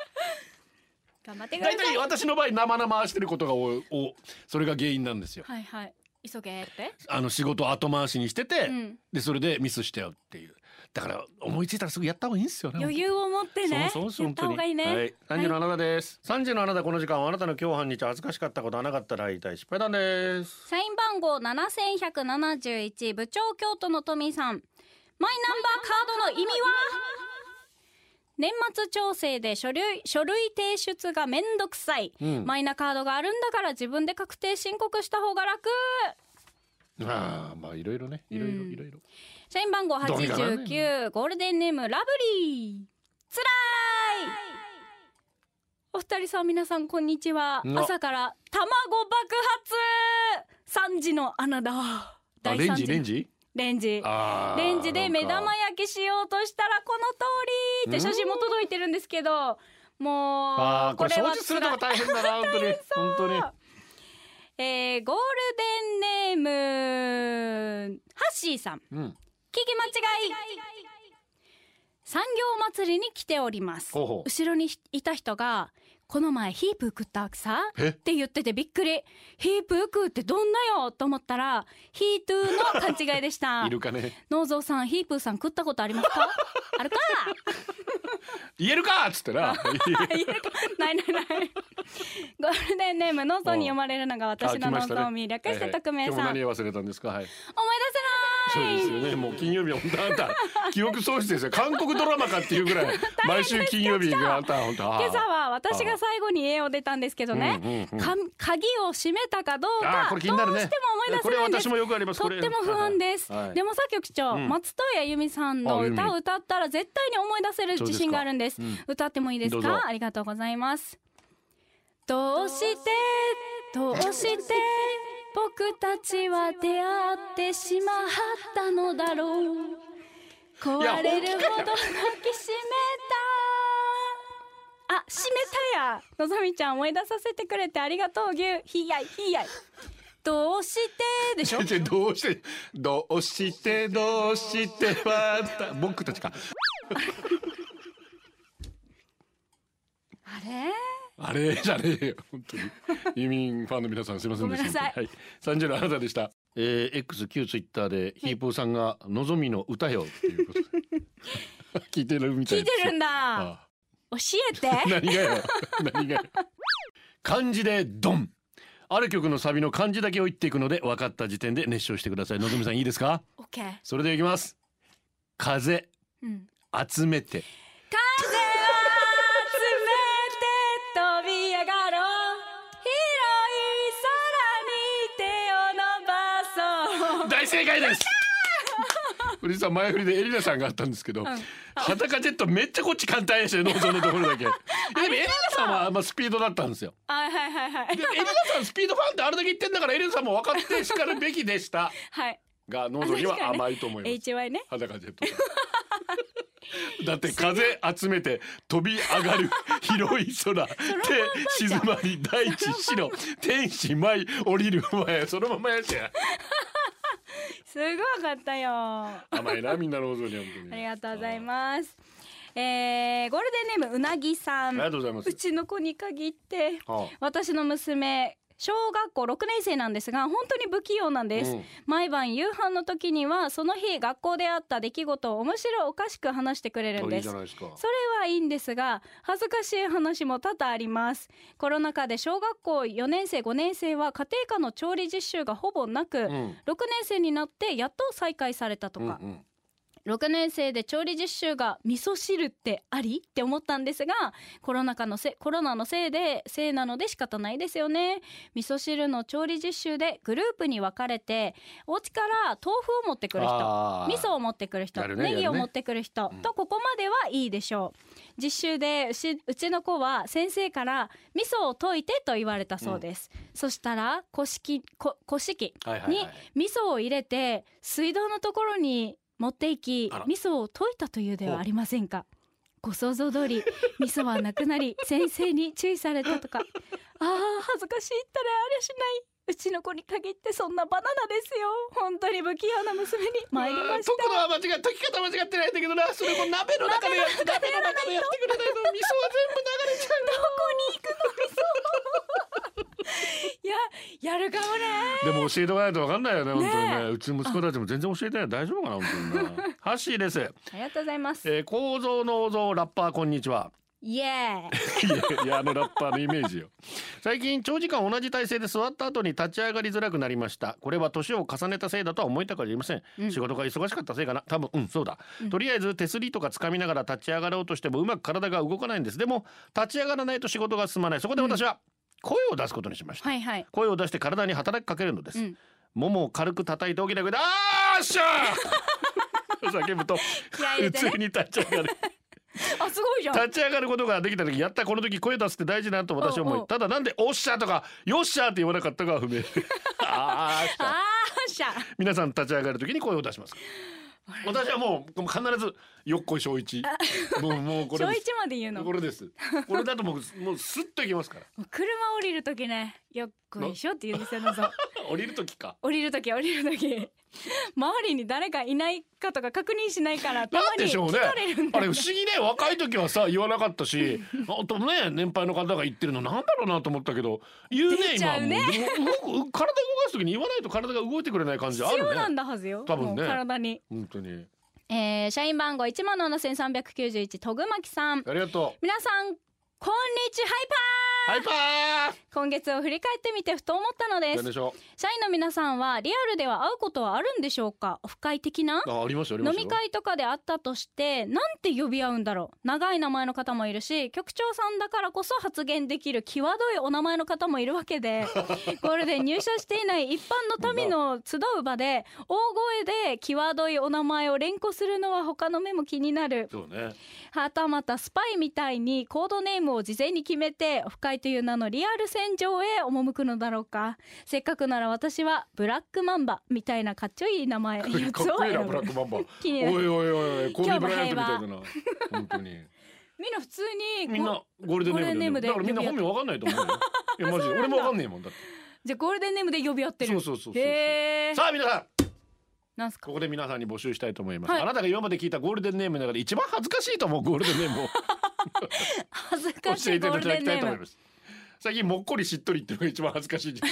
Speaker 7: 頑張ってください
Speaker 5: 大体私の場合生々してることが多いおそれが原因なんですよ。
Speaker 7: はいはい急げって
Speaker 5: あの仕事後回しにしてて、
Speaker 7: うん
Speaker 5: でそれでミスしたよっていうだから思いついたらすぐやった方がいいんですよね
Speaker 7: 余裕を持ってね
Speaker 5: そうそうそう
Speaker 7: やった方がいいね、
Speaker 5: はい、三時のあなたです。三時のあなたこの時間はあなたの今日半日恥ずかしかったことはなかったら言いたい失敗談です。
Speaker 6: 社員番号7171部長京都のトミーさんマイナンバーカードの意味は年末調整で書類書類提出がめんどくさい、
Speaker 5: うん
Speaker 6: マイナカードがあるんだから自分で確定申告した方が楽
Speaker 5: ああまあいろいろねいろいろいろいろ。
Speaker 6: 社員番号
Speaker 5: どうにかなんね
Speaker 6: 89、ゴールデンネームラブリーつらいお二人さん皆さんこんにちは
Speaker 5: うわ
Speaker 6: 朝から卵爆発3時の穴だ
Speaker 5: あ
Speaker 6: 第
Speaker 5: レン
Speaker 6: 三
Speaker 5: ジ
Speaker 6: 次
Speaker 5: レンジ
Speaker 6: レンジ
Speaker 5: あー
Speaker 6: レンジで目
Speaker 5: なん
Speaker 6: 玉
Speaker 5: か
Speaker 6: 焼きしようとしたらこの通りって写真も届いてるんですけども
Speaker 5: あ
Speaker 6: う
Speaker 5: ーこれ掃除するの
Speaker 6: 辛
Speaker 5: が大
Speaker 6: い
Speaker 5: 変
Speaker 6: (laughs)
Speaker 5: だな本当に本当に。
Speaker 6: えー、ゴールデンネームハッシーさん
Speaker 5: うん
Speaker 6: 聞き間違い産業祭りに来ております
Speaker 5: ほうほう
Speaker 6: 後ろにいた人がこの前ヒープー食ったさ
Speaker 5: え
Speaker 6: って言っててびっくりヒープー食うってどんなよと思ったらヒートゥーの勘違いでし
Speaker 5: (laughs)
Speaker 6: た
Speaker 5: いるかね
Speaker 6: 農蔵さんヒープーさん食ったことありますか (laughs) あるか
Speaker 5: 言えるかっつって (laughs) な
Speaker 6: いやないないないゴールデンネーム農蔵に読まれるのが私の
Speaker 5: あ来ま
Speaker 6: 農
Speaker 5: したね
Speaker 6: 蔵を略
Speaker 5: は
Speaker 6: し
Speaker 5: いは
Speaker 6: て
Speaker 5: い
Speaker 6: 匿名
Speaker 5: 今日
Speaker 6: さん、
Speaker 5: 何忘れたんですかはい
Speaker 6: 思
Speaker 5: そう
Speaker 6: い出せない
Speaker 5: ですよね。もう金曜日は本当あんた記憶喪失ですよ。韓国ドラマかっていうぐ
Speaker 6: (laughs)
Speaker 5: らい毎週金曜日があんた本当。
Speaker 6: 今朝は私が最後に家を出たんですけどね、
Speaker 5: うんうんうん
Speaker 6: か鍵を閉めたかどう
Speaker 5: あー
Speaker 6: か
Speaker 5: こ
Speaker 6: どう
Speaker 5: れ
Speaker 6: し
Speaker 5: 気
Speaker 6: て
Speaker 5: に
Speaker 6: も
Speaker 5: なるね
Speaker 6: 思い出せ
Speaker 5: これ
Speaker 6: ないんで
Speaker 5: 私
Speaker 6: す
Speaker 5: もよくあります
Speaker 6: と
Speaker 5: こ
Speaker 6: っ
Speaker 5: れ
Speaker 6: ても不安です、
Speaker 5: はい
Speaker 6: でもさ局長、
Speaker 5: うん
Speaker 6: 松任谷由実さんの歌を歌ったら絶対に思い出せる自信があるんです
Speaker 5: そうですか
Speaker 6: 歌ってもいいです
Speaker 5: どうぞ
Speaker 6: かありがとうございますどうしてどうして僕たちは出会ってしまったのだろう壊れるほど抱きしめたあ、閉めたやのぞみちゃん思い出させてくれてありがとうぎゅうひいやいひいやいどうしてでし
Speaker 5: (laughs) (laughs)
Speaker 6: ょ
Speaker 5: 違う違うどうしてどうしてどうしてはた僕たちか
Speaker 6: あれ
Speaker 5: あれじゃねえよ本当に移民ファンの皆さんすいませんでした
Speaker 6: ごめんなさい
Speaker 5: はい三十のあなたでした、えー、X 旧ツイッターでヒープーさんがのぞみの歌よっていうことで聞いてるみたい
Speaker 6: 聞いてるん
Speaker 5: あ
Speaker 6: だ
Speaker 5: あ
Speaker 6: 教えて
Speaker 5: 何が (laughs) よ何がよ漢字でドンある曲のサビの漢字だけを言っていくので分かった時点で熱唱してくださいのぞみさんいいですか
Speaker 6: オッケー
Speaker 5: それでいきます風
Speaker 6: うん
Speaker 5: 集めて
Speaker 6: 風は冷て飛び上がろう広い空に手を伸ばそう (laughs)
Speaker 5: 大正解ですこれ実は前振りでエリナさんがあったんですけど、裸ジェットめっちゃこっち簡単でしたよ農村のところだけいやでもエリナさんはまあスピードだったんですよ
Speaker 6: あはいはいはいはい
Speaker 5: でエリナさんスピードファンってあれだけ言ってんだからエリナさんも分かってしかるべきでした
Speaker 6: はい
Speaker 5: が農村には甘いと思います
Speaker 6: HY ね
Speaker 5: 裸ジェットさんだって風集めて飛び上がる広い空手静まり大地白天使舞い降りる前そのままやしや
Speaker 6: すごいわかったよあ
Speaker 5: 甘いなみんなのぞには本当
Speaker 6: り
Speaker 5: にあ
Speaker 6: がとうございますえー、ゴールデンネームうなぎさ
Speaker 5: り
Speaker 6: ん
Speaker 5: がとうございます
Speaker 6: うちの子に限って
Speaker 5: は
Speaker 6: 私の娘小学校6年生なんですが本当に不器用なんです、
Speaker 5: うん
Speaker 6: 毎晩夕飯の時にはその日学校であった出来事を面白おかしく話してくれ
Speaker 5: あ
Speaker 6: るん
Speaker 5: いい
Speaker 6: で
Speaker 5: じ
Speaker 6: す
Speaker 5: ゃないですか
Speaker 6: それはいいんですが恥ずかしい話も多々ありますコロナ禍で小学校4年生5年生は家庭科の調理実習がほぼなく、
Speaker 5: うん
Speaker 6: 6年生になってやっと再開されたと
Speaker 5: うんう
Speaker 6: か、
Speaker 5: ん
Speaker 6: 6年生で調理実習が味噌汁ってありって思ったんですがコロナ禍のせコロナのせいでせいなので仕方ないですよね味噌汁の調理実習でグループに分かれてお家から豆腐を持ってくる人
Speaker 5: あー
Speaker 6: 味噌を持ってくる人、
Speaker 5: やるねやる
Speaker 6: ネ
Speaker 5: ね
Speaker 6: ギを持ってくる人、
Speaker 5: うん
Speaker 6: とここまではいいでしょう実習でうちうちの子は先生から味噌を溶いてと言われたそうです、そしたら古式こ古式
Speaker 5: はいはいは
Speaker 6: に
Speaker 5: い
Speaker 6: 味噌を入れて水道のところに持っていき
Speaker 5: あら
Speaker 6: 味噌を溶いたというではありませんかご想像
Speaker 5: (laughs)
Speaker 6: 通り味噌はなくなり先生に注意されたとかああ恥ずかしいったらあれしないうちの子に限ってそんなバナナですよ本当に不器用な娘に参りました
Speaker 5: ところは間違え解き方間違ってないんだけどなそれも鍋の中でやって鍋の中でやってくれないと味噌は全部流れちゃう
Speaker 6: どこに行くの味噌 (laughs) いややるかもね
Speaker 5: でも教えておかないとわかんないよね本当に
Speaker 6: ね
Speaker 5: ねうちの息子たちも全然教えてない大丈夫かな本当に
Speaker 6: (laughs)
Speaker 5: なハッシーです、
Speaker 6: ありがとうございます
Speaker 5: えー、構造の像ラッパーこんにちは
Speaker 6: イエー
Speaker 5: いや
Speaker 6: イ
Speaker 5: いやあのラッパーのイメージよ最近長時間同じ体勢で座った後に立ち上がりづらくなりましたこれは年を重ねたせいだとは思いたくありません、
Speaker 6: うん
Speaker 5: 仕事が忙しかったせいかな多分うんそうだ、
Speaker 6: うん
Speaker 5: とりあえず手すりとか掴みながら立ち上がろうとしてもうまく体が動かないんですでも立ち上がらないと仕事が進まないそこで私は声を出すことにしました、
Speaker 6: はいはい
Speaker 5: 声を出して体に働きかけるのです、
Speaker 6: うん
Speaker 5: ももを軽く叩いて大きな声で「あーっ (laughs) しゃ
Speaker 6: (laughs)
Speaker 5: ー! 」叫ぶと
Speaker 6: 気合い入
Speaker 5: 普
Speaker 6: れて
Speaker 5: 通
Speaker 6: ね
Speaker 5: に立ち上がる
Speaker 6: あすごいじゃん
Speaker 5: 立ち上がることができた時やったこの時声出すって大事だなと私は思
Speaker 6: おう
Speaker 5: い
Speaker 6: お
Speaker 5: うただなんで「おっしゃ」とか「よっしゃ」って言わなかったかは
Speaker 6: (laughs)
Speaker 5: 不明あーっしゃ
Speaker 6: あーしゃ
Speaker 5: 皆さん立ち上がる時に声を出しますか私はもうもう必ず「よっこい小
Speaker 6: (laughs)
Speaker 5: 一」もうもうこれ
Speaker 6: 小
Speaker 5: です
Speaker 6: 一まで言うの
Speaker 5: これですこれだともうもうスッといきますから (laughs)
Speaker 6: 車降りるときねよっこいしょって言うんです
Speaker 5: (laughs)
Speaker 6: よ謎
Speaker 5: 降りる時か
Speaker 6: 降りるとき降りるとき周りに誰かいないかとか確認しないからたま
Speaker 5: なんで
Speaker 6: に
Speaker 5: しょう
Speaker 6: 聞
Speaker 5: ね
Speaker 6: かれるんだ
Speaker 5: あれ
Speaker 6: よ
Speaker 5: 不思
Speaker 6: ね
Speaker 5: 議ね若い時はさ言わなかったしあとね年配の方が言ってるのなんだろうなと思ったけど言うね
Speaker 6: 出ち
Speaker 5: 今
Speaker 6: ゃうね
Speaker 5: もう動く体動かす時に言わないと体が動いてくれない感じあ
Speaker 6: 必要な
Speaker 5: る
Speaker 6: ん
Speaker 5: ね
Speaker 6: だはずよ
Speaker 5: 多分ね
Speaker 6: もう体に、
Speaker 5: 本当に
Speaker 6: えー、社員番号1万7391とぐまきさん
Speaker 5: ありがと
Speaker 6: 皆さんこんにちはハイパ
Speaker 5: うハイパ
Speaker 6: ー今月を振り返ってみてふと思ったの
Speaker 5: ー
Speaker 6: で
Speaker 5: なん
Speaker 6: す
Speaker 5: でしょ
Speaker 6: 社員の皆さんはリアルでは会うことはあるんでしょうかオフ会的な
Speaker 5: うあありますよありま
Speaker 6: 飲
Speaker 5: すよ
Speaker 6: み会とかで会ったとしてなんて呼び合うんだろう長い名前の方もいるし局長さんだからこそ発言できる際どいお名前の方もいるわ
Speaker 5: (laughs)
Speaker 6: けでゴールデン入社していない一般の民の集う場で大声で際どいお名前を連呼するのは他の目も気になる
Speaker 5: そうね
Speaker 6: はたまたスパイみたいにコードネームを事前に決めてオフ会という名のリアル戦場へ赴くのだろうかせっかくなら私はブラックマンバみたいなかっちょいい名前
Speaker 5: (laughs)
Speaker 6: や
Speaker 5: かっ
Speaker 6: つを
Speaker 5: こいいな
Speaker 6: 選
Speaker 5: ブラ
Speaker 6: ぶ
Speaker 5: ックマンバおい
Speaker 6: 気になる
Speaker 5: おいおいおいコービー・ブ
Speaker 6: 今日も
Speaker 5: ライアントみ
Speaker 6: 平
Speaker 5: たい
Speaker 6: 和
Speaker 5: だな本当に
Speaker 6: みんな普通に
Speaker 5: みんなゴールデンネームで呼んでるだ
Speaker 6: ゴ
Speaker 5: からみ
Speaker 6: ールデ
Speaker 5: んな
Speaker 6: ンネーム
Speaker 5: 本
Speaker 6: で呼び合って
Speaker 5: 名わかんないと思うよいやマジで俺もわかんねえもんだっ
Speaker 6: じゃあゴールデンネームで呼び合って
Speaker 5: て
Speaker 6: る
Speaker 5: そうそうそうそう
Speaker 6: へえ
Speaker 5: さあ皆さん
Speaker 6: なんすか
Speaker 5: ここで皆さんに募集したいと思います、
Speaker 6: はい
Speaker 5: あなたが今まで聞いたゴールデンネームの中で一番恥ずかしいと思うゴールデンネー
Speaker 6: (laughs)
Speaker 5: ムを
Speaker 6: 恥ずかし
Speaker 5: 教え
Speaker 6: い
Speaker 5: てい
Speaker 6: ゴー
Speaker 5: ただ
Speaker 6: ルデ
Speaker 5: き
Speaker 6: ン
Speaker 5: た
Speaker 6: ネ
Speaker 5: いと思
Speaker 6: ー
Speaker 5: い
Speaker 6: ム
Speaker 5: ます最近もっこりしっとりっていうのが一番恥ずかしい時期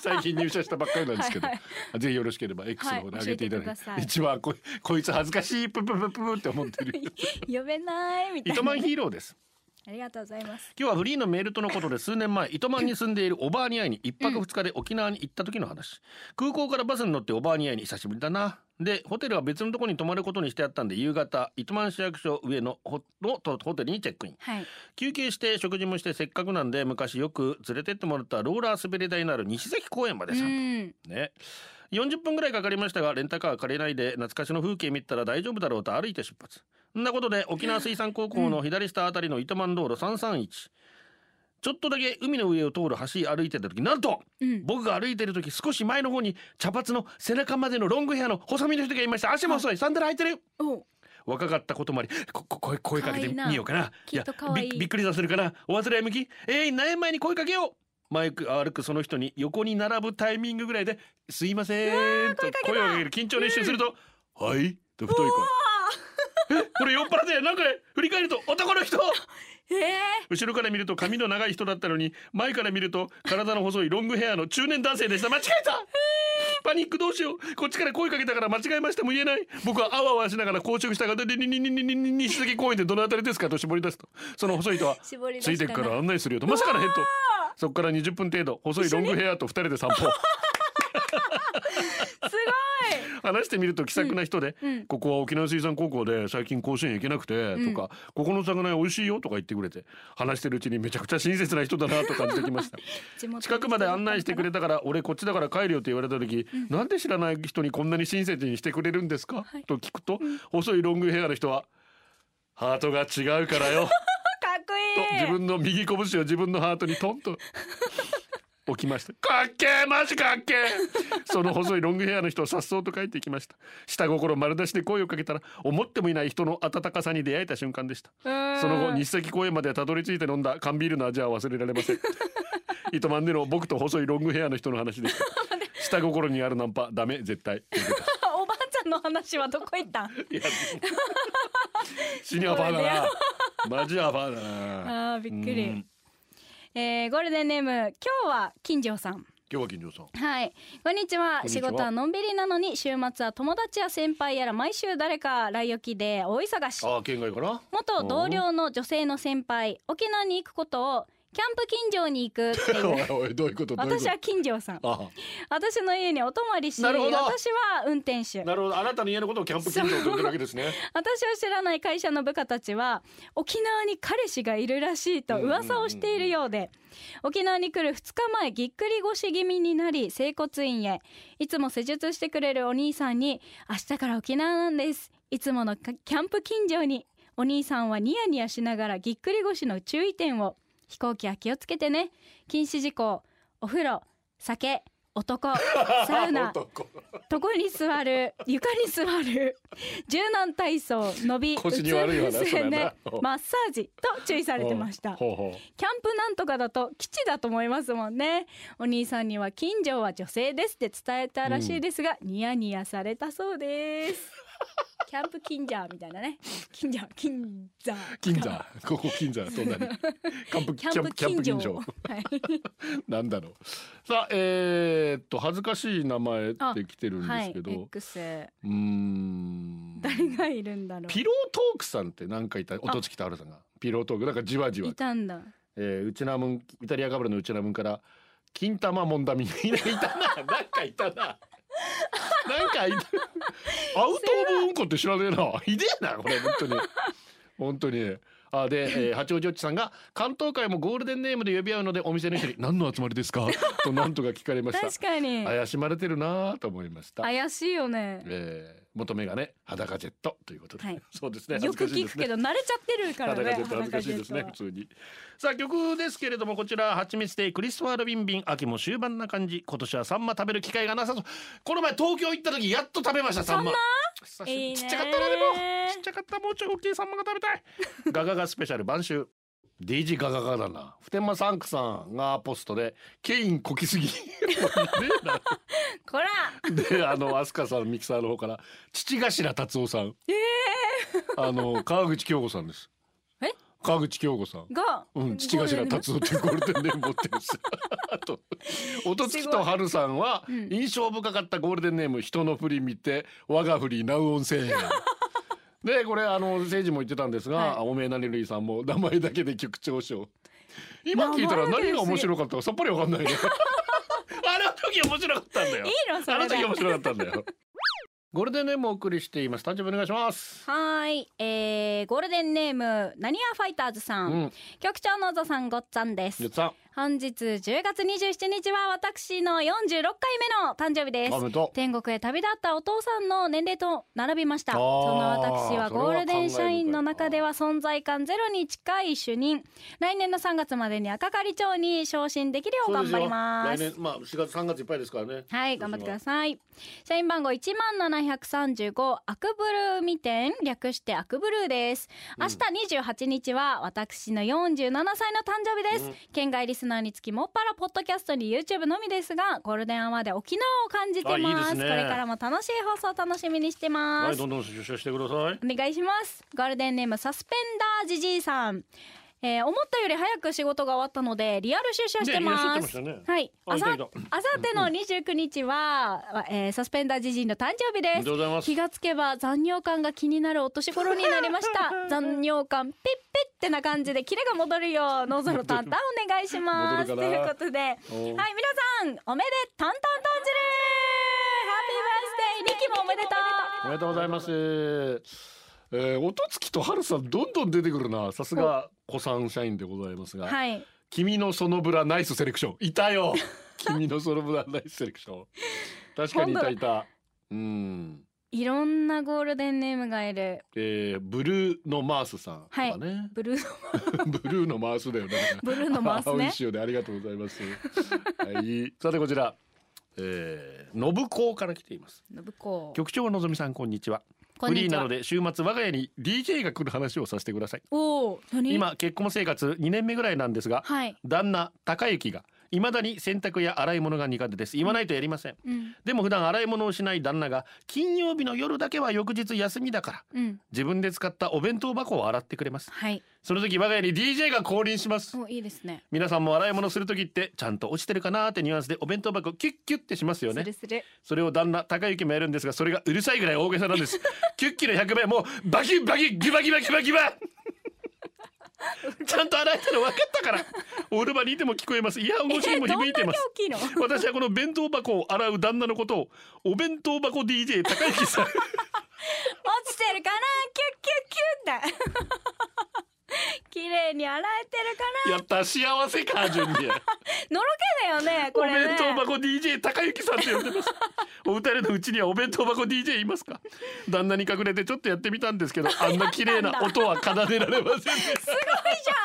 Speaker 5: 最近入社したばっかりなんですけど
Speaker 6: はい
Speaker 5: ぜひよろしければ X の方で上げていただいて,、
Speaker 6: はい教えてください
Speaker 5: 一番ここいつ恥ずかしいプププププって思
Speaker 6: (laughs)
Speaker 5: ってる
Speaker 6: 呼べないみたい
Speaker 5: 糸
Speaker 6: な
Speaker 5: 満ヒーローです
Speaker 6: ありがとうございます
Speaker 5: 今日はフリーのメールとのことで数年前糸満に住んでいるおばあに会いに一泊二日で沖縄に行った時の話、空港からバスに乗っておばあに会いに久しぶりだなでホテルは別のところに泊まることにしてあったんで夕方糸満市役所上のホのとホテルにチェックイン
Speaker 6: はい
Speaker 5: 休憩して食事もしてせっかくなんで昔よく連れてってもらったローラー滑り台のある西崎公園まで
Speaker 6: う
Speaker 5: 散歩
Speaker 6: ん
Speaker 5: ね40分ぐらいかかりましたがレンタカーは借りないで懐かしの風景見てたら大丈夫だろうと歩いて出発そんなことで沖縄水産高校の左下あたりの糸満道路331ちょっとだけ海の上を通る橋歩いてた時なんと
Speaker 6: うん
Speaker 5: 僕が歩いてる時少し前の方に茶髪の背中までのロングヘアの細身の人がいました足も細いサンダル履いてる
Speaker 6: お
Speaker 5: 若かったこともありここ声声かけて
Speaker 6: かわいいな
Speaker 5: みようかな
Speaker 6: きっとかわいい
Speaker 5: やびびっくりさせるかなお煩い向きえい何円前に声かけようマイク歩くその人に横に並ぶタイミングぐらいで「すいません」と声をかける緊張練習すると「はい」と太い声えこれ酔っ払ってなんか振り返ると男の人
Speaker 6: ええ
Speaker 5: 後ろから見ると髪の長い人だったのに前から見ると体の細いロングヘアの中年男性でした間違えたパニックどうしようこっちから声かけたから間違えましたも言えない僕はあわあわしながら硬直した方でにににににに西崎公園でどのあたりですかと絞り出すとその細い人は
Speaker 6: 絞り出
Speaker 5: ついて
Speaker 6: し
Speaker 5: くか
Speaker 6: た
Speaker 5: ら
Speaker 6: な
Speaker 5: 案内するよとまさかのヘッドそこから20分程度細いロングヘアと2人で散歩
Speaker 6: す
Speaker 5: 話してみると気さくな人で、
Speaker 6: うんうん
Speaker 5: ここは沖縄水産高校で最近甲子園行けなくてとか、ここの魚屋美味しいよとか言ってくれて話してるうちにめちゃくちゃ親切な人だなと感じてきました
Speaker 6: 地元の人
Speaker 5: 近くまで案内してくれたから俺こっちだから帰るよって言われた時、なんで知らない人にこんなに親切にしてくれるんですか、と聞くと、細いロングヘアの人はハートが違うからよ
Speaker 6: かっこ
Speaker 5: と
Speaker 6: いい
Speaker 5: 自分の右拳を自分のハートにトンと置きましたかっけーマジかっけーその細いロングヘアの人をさっそうと帰っていきました下心丸出しで声をかけたら思ってもいない人の温かさに出会えた瞬間でした
Speaker 6: うん
Speaker 5: その後日赤公園までたどり着いて飲んだ缶ビールの味は忘れられません糸満での僕と細いロングヘアの人の話で
Speaker 6: (laughs)
Speaker 5: した下心にあるナンパダメ絶対
Speaker 6: (laughs) おばあちゃんの話はどこ
Speaker 5: (laughs)
Speaker 6: 行ったん
Speaker 5: いや死にアバーだなマジアバーだな
Speaker 6: あーびっく
Speaker 5: う
Speaker 6: り
Speaker 5: ん、
Speaker 6: えーゴールデンネーム今日は金城さん
Speaker 5: 今日は金城さん
Speaker 6: はいこんにちは
Speaker 5: こんにち
Speaker 6: 仕
Speaker 5: は
Speaker 6: 事はのんびりなのに週末は友達や先輩やら毎週誰か来沖で大忙し
Speaker 5: ああ県外から
Speaker 6: 元同僚の女性の先輩沖縄に行くことをキャンプ近所に行くってい
Speaker 5: お
Speaker 6: う
Speaker 5: いおい (laughs) どういうことどういうこと
Speaker 6: 私は金城さん
Speaker 5: あ
Speaker 6: 私の家にお泊まりし
Speaker 5: なるほ
Speaker 6: 私
Speaker 5: ど
Speaker 6: は運転手
Speaker 5: あなるほどあなたの家のことをキャンプ近所と呼んでるわけですね
Speaker 6: (laughs) 私を知らない会社の部下たちは沖縄に彼氏がいるらしいと噂をしているようで沖縄に来る2日前ぎっくり腰気味になり整骨院へいつも施術してくれるお兄さんに明日から沖縄なんですいつものかキャンプ近所にお兄さんはニヤニヤしながらぎっくり腰の注意点を飛行機は気をつけてね禁止事項お風呂酒男サウ
Speaker 5: (laughs)
Speaker 6: ナ
Speaker 5: 男
Speaker 6: 床に座る床に座る柔軟体操伸び
Speaker 5: 腰に悪いわな
Speaker 6: うつ伏せ
Speaker 5: それは
Speaker 6: ね
Speaker 5: な
Speaker 6: マッサージと注意されてましたキャン
Speaker 5: ほうほう
Speaker 6: プなんとかだと基地だと思いますもんねお兄さんには近所は女性ですって伝えたらしいですが、ニヤニヤされたそうです
Speaker 5: (laughs)
Speaker 6: キャンプ近所みたいなね近所近所
Speaker 5: 金座ここ金座
Speaker 6: (laughs)
Speaker 5: そんなにキャンプ
Speaker 6: キャンプ近所
Speaker 5: キャンプ
Speaker 6: はい
Speaker 5: なんだろうさあえー、っと恥ずかしい名前って来てるんで
Speaker 6: は
Speaker 5: す
Speaker 6: い
Speaker 5: けど、う
Speaker 6: X
Speaker 5: ーん
Speaker 6: 誰がいるんだろ
Speaker 5: ピ
Speaker 6: う
Speaker 5: ロートークさんって何かいた音月太郎さんがピロートークなんかじわじわ
Speaker 6: いたんだ
Speaker 5: えー、ウチナムンイタリアガブラのウチナムンから金玉もんだみたいないたななんかいたななんかいたアウト・オブ・うんこって知らねえなひでえなこれ本当に本当にあで、えー八王子おっちさんが関東会もゴールデンネームで呼び合うのでお店の人に何の集まりですかとなんとか聞かれました
Speaker 6: 確かに
Speaker 5: 怪しまれてるなあと思いました、
Speaker 6: 怪しいよね
Speaker 5: えー、元メガネ裸ジェットということで、
Speaker 6: はい
Speaker 5: そうですね
Speaker 6: よ
Speaker 5: 恥
Speaker 6: く
Speaker 5: ずかしい
Speaker 6: 聞
Speaker 5: です
Speaker 6: く
Speaker 5: ね
Speaker 6: けど慣れちゃってるからね
Speaker 5: 裸 (laughs) ジェット恥ずかしいですね
Speaker 6: 裸
Speaker 5: 普
Speaker 6: ジェッ
Speaker 5: 通にさあ曲ですけれどもこちら「はちみつでクリストファー・ロビンビン秋も終盤な感じ今年はサンマ食べる機会がなさそうこの前東京行った時やっと食べましたサンマ久しぶり
Speaker 6: いいね
Speaker 5: ちっちゃかったなでもちっちゃかったもうちょい大きいサンマが食べたいガガガスペシャル晩秋 DJ ガガガだな普天間サンクさんがポストでケインこき
Speaker 6: (laughs)
Speaker 5: すぎねえな
Speaker 6: こら
Speaker 5: であの飛鳥さんミキサーの方から父頭達夫さん、あの川口京子さんです
Speaker 6: え
Speaker 5: 川口京子さん
Speaker 6: が
Speaker 5: うん、父頭達夫っていうゴールデンネーム持ってるし (laughs) あと音月と春さんは
Speaker 6: ん
Speaker 5: 印象深かったゴールデンネーム「人の振り見て我が振りナウオン声
Speaker 6: (laughs)
Speaker 5: 援」でこれあの誠治も言ってたんですが、
Speaker 6: はい
Speaker 5: おめえなりるいさんも名前だけで局長賞今聞いたら
Speaker 6: 名前だけ
Speaker 5: 何
Speaker 6: です
Speaker 5: が面白かったかさっぱりわかん
Speaker 6: (laughs)
Speaker 5: ないねあの時面白かったんだよ
Speaker 6: いいのそ
Speaker 5: あ
Speaker 6: れ
Speaker 5: の
Speaker 6: で
Speaker 5: 時面白かったんだよ (laughs) ゴールデンネームをお送りしています誕生日お願いします
Speaker 6: はーい、えー、ゴールデンネームなにわファイターズさ、
Speaker 5: うんん、
Speaker 6: 局長のぞさんごっつぁんです
Speaker 5: ゆっさ
Speaker 6: 本日10月27日は私の46回目の誕生日で
Speaker 5: ん
Speaker 6: す
Speaker 5: おめでとう
Speaker 6: 天国へ旅立ったお父さんの年齢と並びました
Speaker 5: あ
Speaker 6: そ
Speaker 5: ー
Speaker 6: の私は
Speaker 5: それは
Speaker 6: ゴールデン社員の
Speaker 5: 考え深い
Speaker 6: 中
Speaker 5: な
Speaker 6: では存在感ゼロに近い主任来年の3月までに赤狩町に昇進できるよう頑張りま
Speaker 5: そうですよ来年まあ4月3月いっぱいですからね。
Speaker 6: はい頑張ってください社員番号一万七百三十五アクブルーミ店略してアクブルーです明日二十八日は私の四十七歳の誕生日です、県外リスナーにつきもっぱらポッドキャストに YouTube のみですがゴールデンアワーで沖縄を感じて
Speaker 5: あいい
Speaker 6: ま
Speaker 5: ですすね
Speaker 6: これからも楽しい放送を楽しみにしてま
Speaker 5: は
Speaker 6: す
Speaker 5: い、どんどん出社してください。
Speaker 6: お願いしますゴールデンネームサスペンダージジーさん、えー、思ったより早く仕事が終わったのでリアル出社してま
Speaker 5: ね
Speaker 6: す
Speaker 5: リアル出社してましたね
Speaker 6: はい
Speaker 5: あ
Speaker 6: あさ
Speaker 5: いたい
Speaker 6: あさっての29日は、えーサスペンダージジーの誕生日です
Speaker 5: おめでとうございます
Speaker 6: 気がつけば残尿感が気になるお年頃になりました
Speaker 5: (laughs)
Speaker 6: 残尿感ピッピッってな感じでキレが戻るようのぞろたんたんお願いしますと
Speaker 5: 戻るか
Speaker 6: いう
Speaker 5: な
Speaker 6: ことではい皆さんおめでたんたんたんじるハッピーバースデー
Speaker 7: もおめでと
Speaker 5: おめでとうございます。えー、音月と春さんどんどん出てくるな。さすが子さん社員でございますが、
Speaker 7: うはい
Speaker 5: 君のそのブラナイスセレクションいたよ。君のそのブラナイスセレクション。確かにいたいた。うん。
Speaker 7: いろんなゴールデンネームがいる
Speaker 5: えー、ブルーのマースさんとかね、
Speaker 7: ブルー
Speaker 5: (laughs) ブルーのマースだよね
Speaker 7: ブルーのマースね
Speaker 5: (laughs) 青い塩でありがとうございますはい。さてこちら、えー、信子から来ています
Speaker 7: のぶこ
Speaker 5: 局長のぞみさんこんにちは
Speaker 7: こん
Speaker 5: フリ
Speaker 7: に
Speaker 5: ー
Speaker 7: ち
Speaker 5: な
Speaker 7: は
Speaker 5: ので週末我が家に DJ が来る話をさせてください
Speaker 7: おお何
Speaker 5: 今結婚生活2年目ぐらいなんですが
Speaker 7: はい
Speaker 5: 旦那高之が未だに洗濯や洗い物が苦手です言わないとやりません
Speaker 7: うん
Speaker 5: でも普段洗い物をしない旦那が金曜日の夜だけは翌日休みだから
Speaker 7: うん
Speaker 5: 自分で使ったお弁当箱を洗ってくれます
Speaker 7: はい
Speaker 5: その時我が家に DJ が降臨します
Speaker 7: おいいですね
Speaker 5: 皆さんも洗い物する時ってちゃんと落ちてるかなーってニュアンスでお弁当箱をキュッキュッってしますよね
Speaker 7: するする
Speaker 5: それを旦那高之もやるんですがそれがうるさいぐらい大げさなんです (laughs) キュッキュの100倍もうバキバキギバギバギバギバちゃんと洗えたの分かったからオールバにいても聞こえますイヤホン越しにも響いてます
Speaker 7: えど
Speaker 5: (laughs)
Speaker 7: んだけ大きいの
Speaker 5: 私はこの弁当箱を洗う旦那のことをお弁当箱 DJ 高之さん
Speaker 7: 落ちてるかなキュッキュッキュッって (laughs) 綺麗に洗えてるか
Speaker 5: やった幸せか順に
Speaker 7: なのろけだよね
Speaker 5: お
Speaker 7: これね
Speaker 5: 弁当箱 DJ 高之さんって呼ん
Speaker 7: (laughs)
Speaker 5: でますお二人のうちにはお弁当箱 DJ いますか旦那に隠れてちょっとやってみた
Speaker 7: (laughs)
Speaker 5: んですけどあんな綺麗な音は奏でられませんでした
Speaker 7: いいじゃん DJ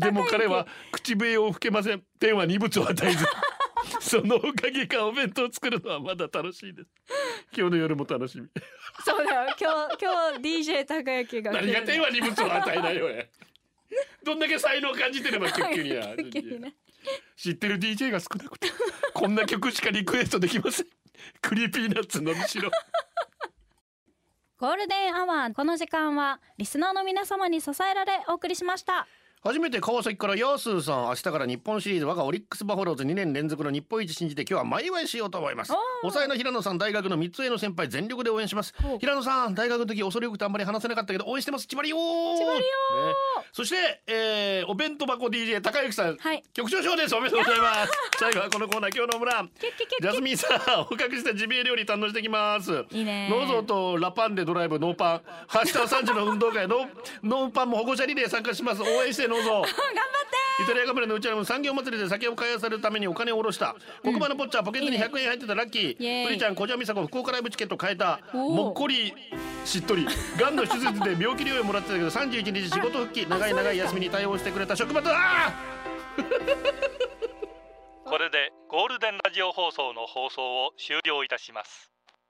Speaker 7: 高
Speaker 5: (laughs) でも彼
Speaker 7: 之
Speaker 5: は口笛を吹けません天は二物を与えず (laughs) そのおかげかお弁当を作るのはまだ楽しいです今日の夜も楽
Speaker 7: (laughs)
Speaker 5: しみ
Speaker 7: そうだよ今日今日 DJ 高之が来る
Speaker 5: 何が天は二物を与えないよ (laughs) 俺どんだけ才能を感じてればキュッキュにや
Speaker 7: キュッ (laughs) キュにね
Speaker 5: 知ってる DJ が少なくてこんな曲しかリクエストできませんクリーピーナッツのみしろ
Speaker 7: ゴールデンアワーこの時間はリスナーの皆様に支えられお送りしました
Speaker 5: 初めて川崎からヤースーさん明日から日本シリーズ我がオリックスバファローズ2年連続の日本一信じて今日は前祝いしようと思います
Speaker 7: おー
Speaker 5: 抑えの平野さん大学の三つ上の先輩全力で応援します
Speaker 7: ほう
Speaker 5: 平野さん大学の時恐れよくてあんまり話せなかったけど応援してますちばりよー
Speaker 7: ちばりよ
Speaker 5: ねそして、えー、お弁当箱 DJ 高之さん、
Speaker 7: はい
Speaker 5: 局長賞ですおめでとうござい
Speaker 7: (laughs)
Speaker 5: ます最後はこのコーナー今日のオムラン
Speaker 7: キュッキュッキュッ
Speaker 5: ジャスミンさん捕獲したジビエ料理堪能してきます
Speaker 7: いいね
Speaker 5: ノーゾーとラパンでドライブノーパン明日3時の運動会ノーノーパンも保護者リレー参加します応援してノー
Speaker 7: (laughs)
Speaker 5: ゾー
Speaker 7: 頑張って
Speaker 5: イタリアカメラのうちらも産業祭りで酒を買い漁るためにお金を下ろした、黒板のポッチャーポケットに100円入ってたラッ
Speaker 7: イエ
Speaker 5: キ
Speaker 7: ー
Speaker 5: ー
Speaker 7: イ
Speaker 5: プリちゃん小島美佐子福岡ライブチケット買えた
Speaker 7: おー
Speaker 5: もっこりしっとりがんの手術で病気療養もらってたけど31日仕事復帰長い長い休みに対応してくれた職場とあー
Speaker 1: これでゴールデンラジオ放送の放送を終了いたします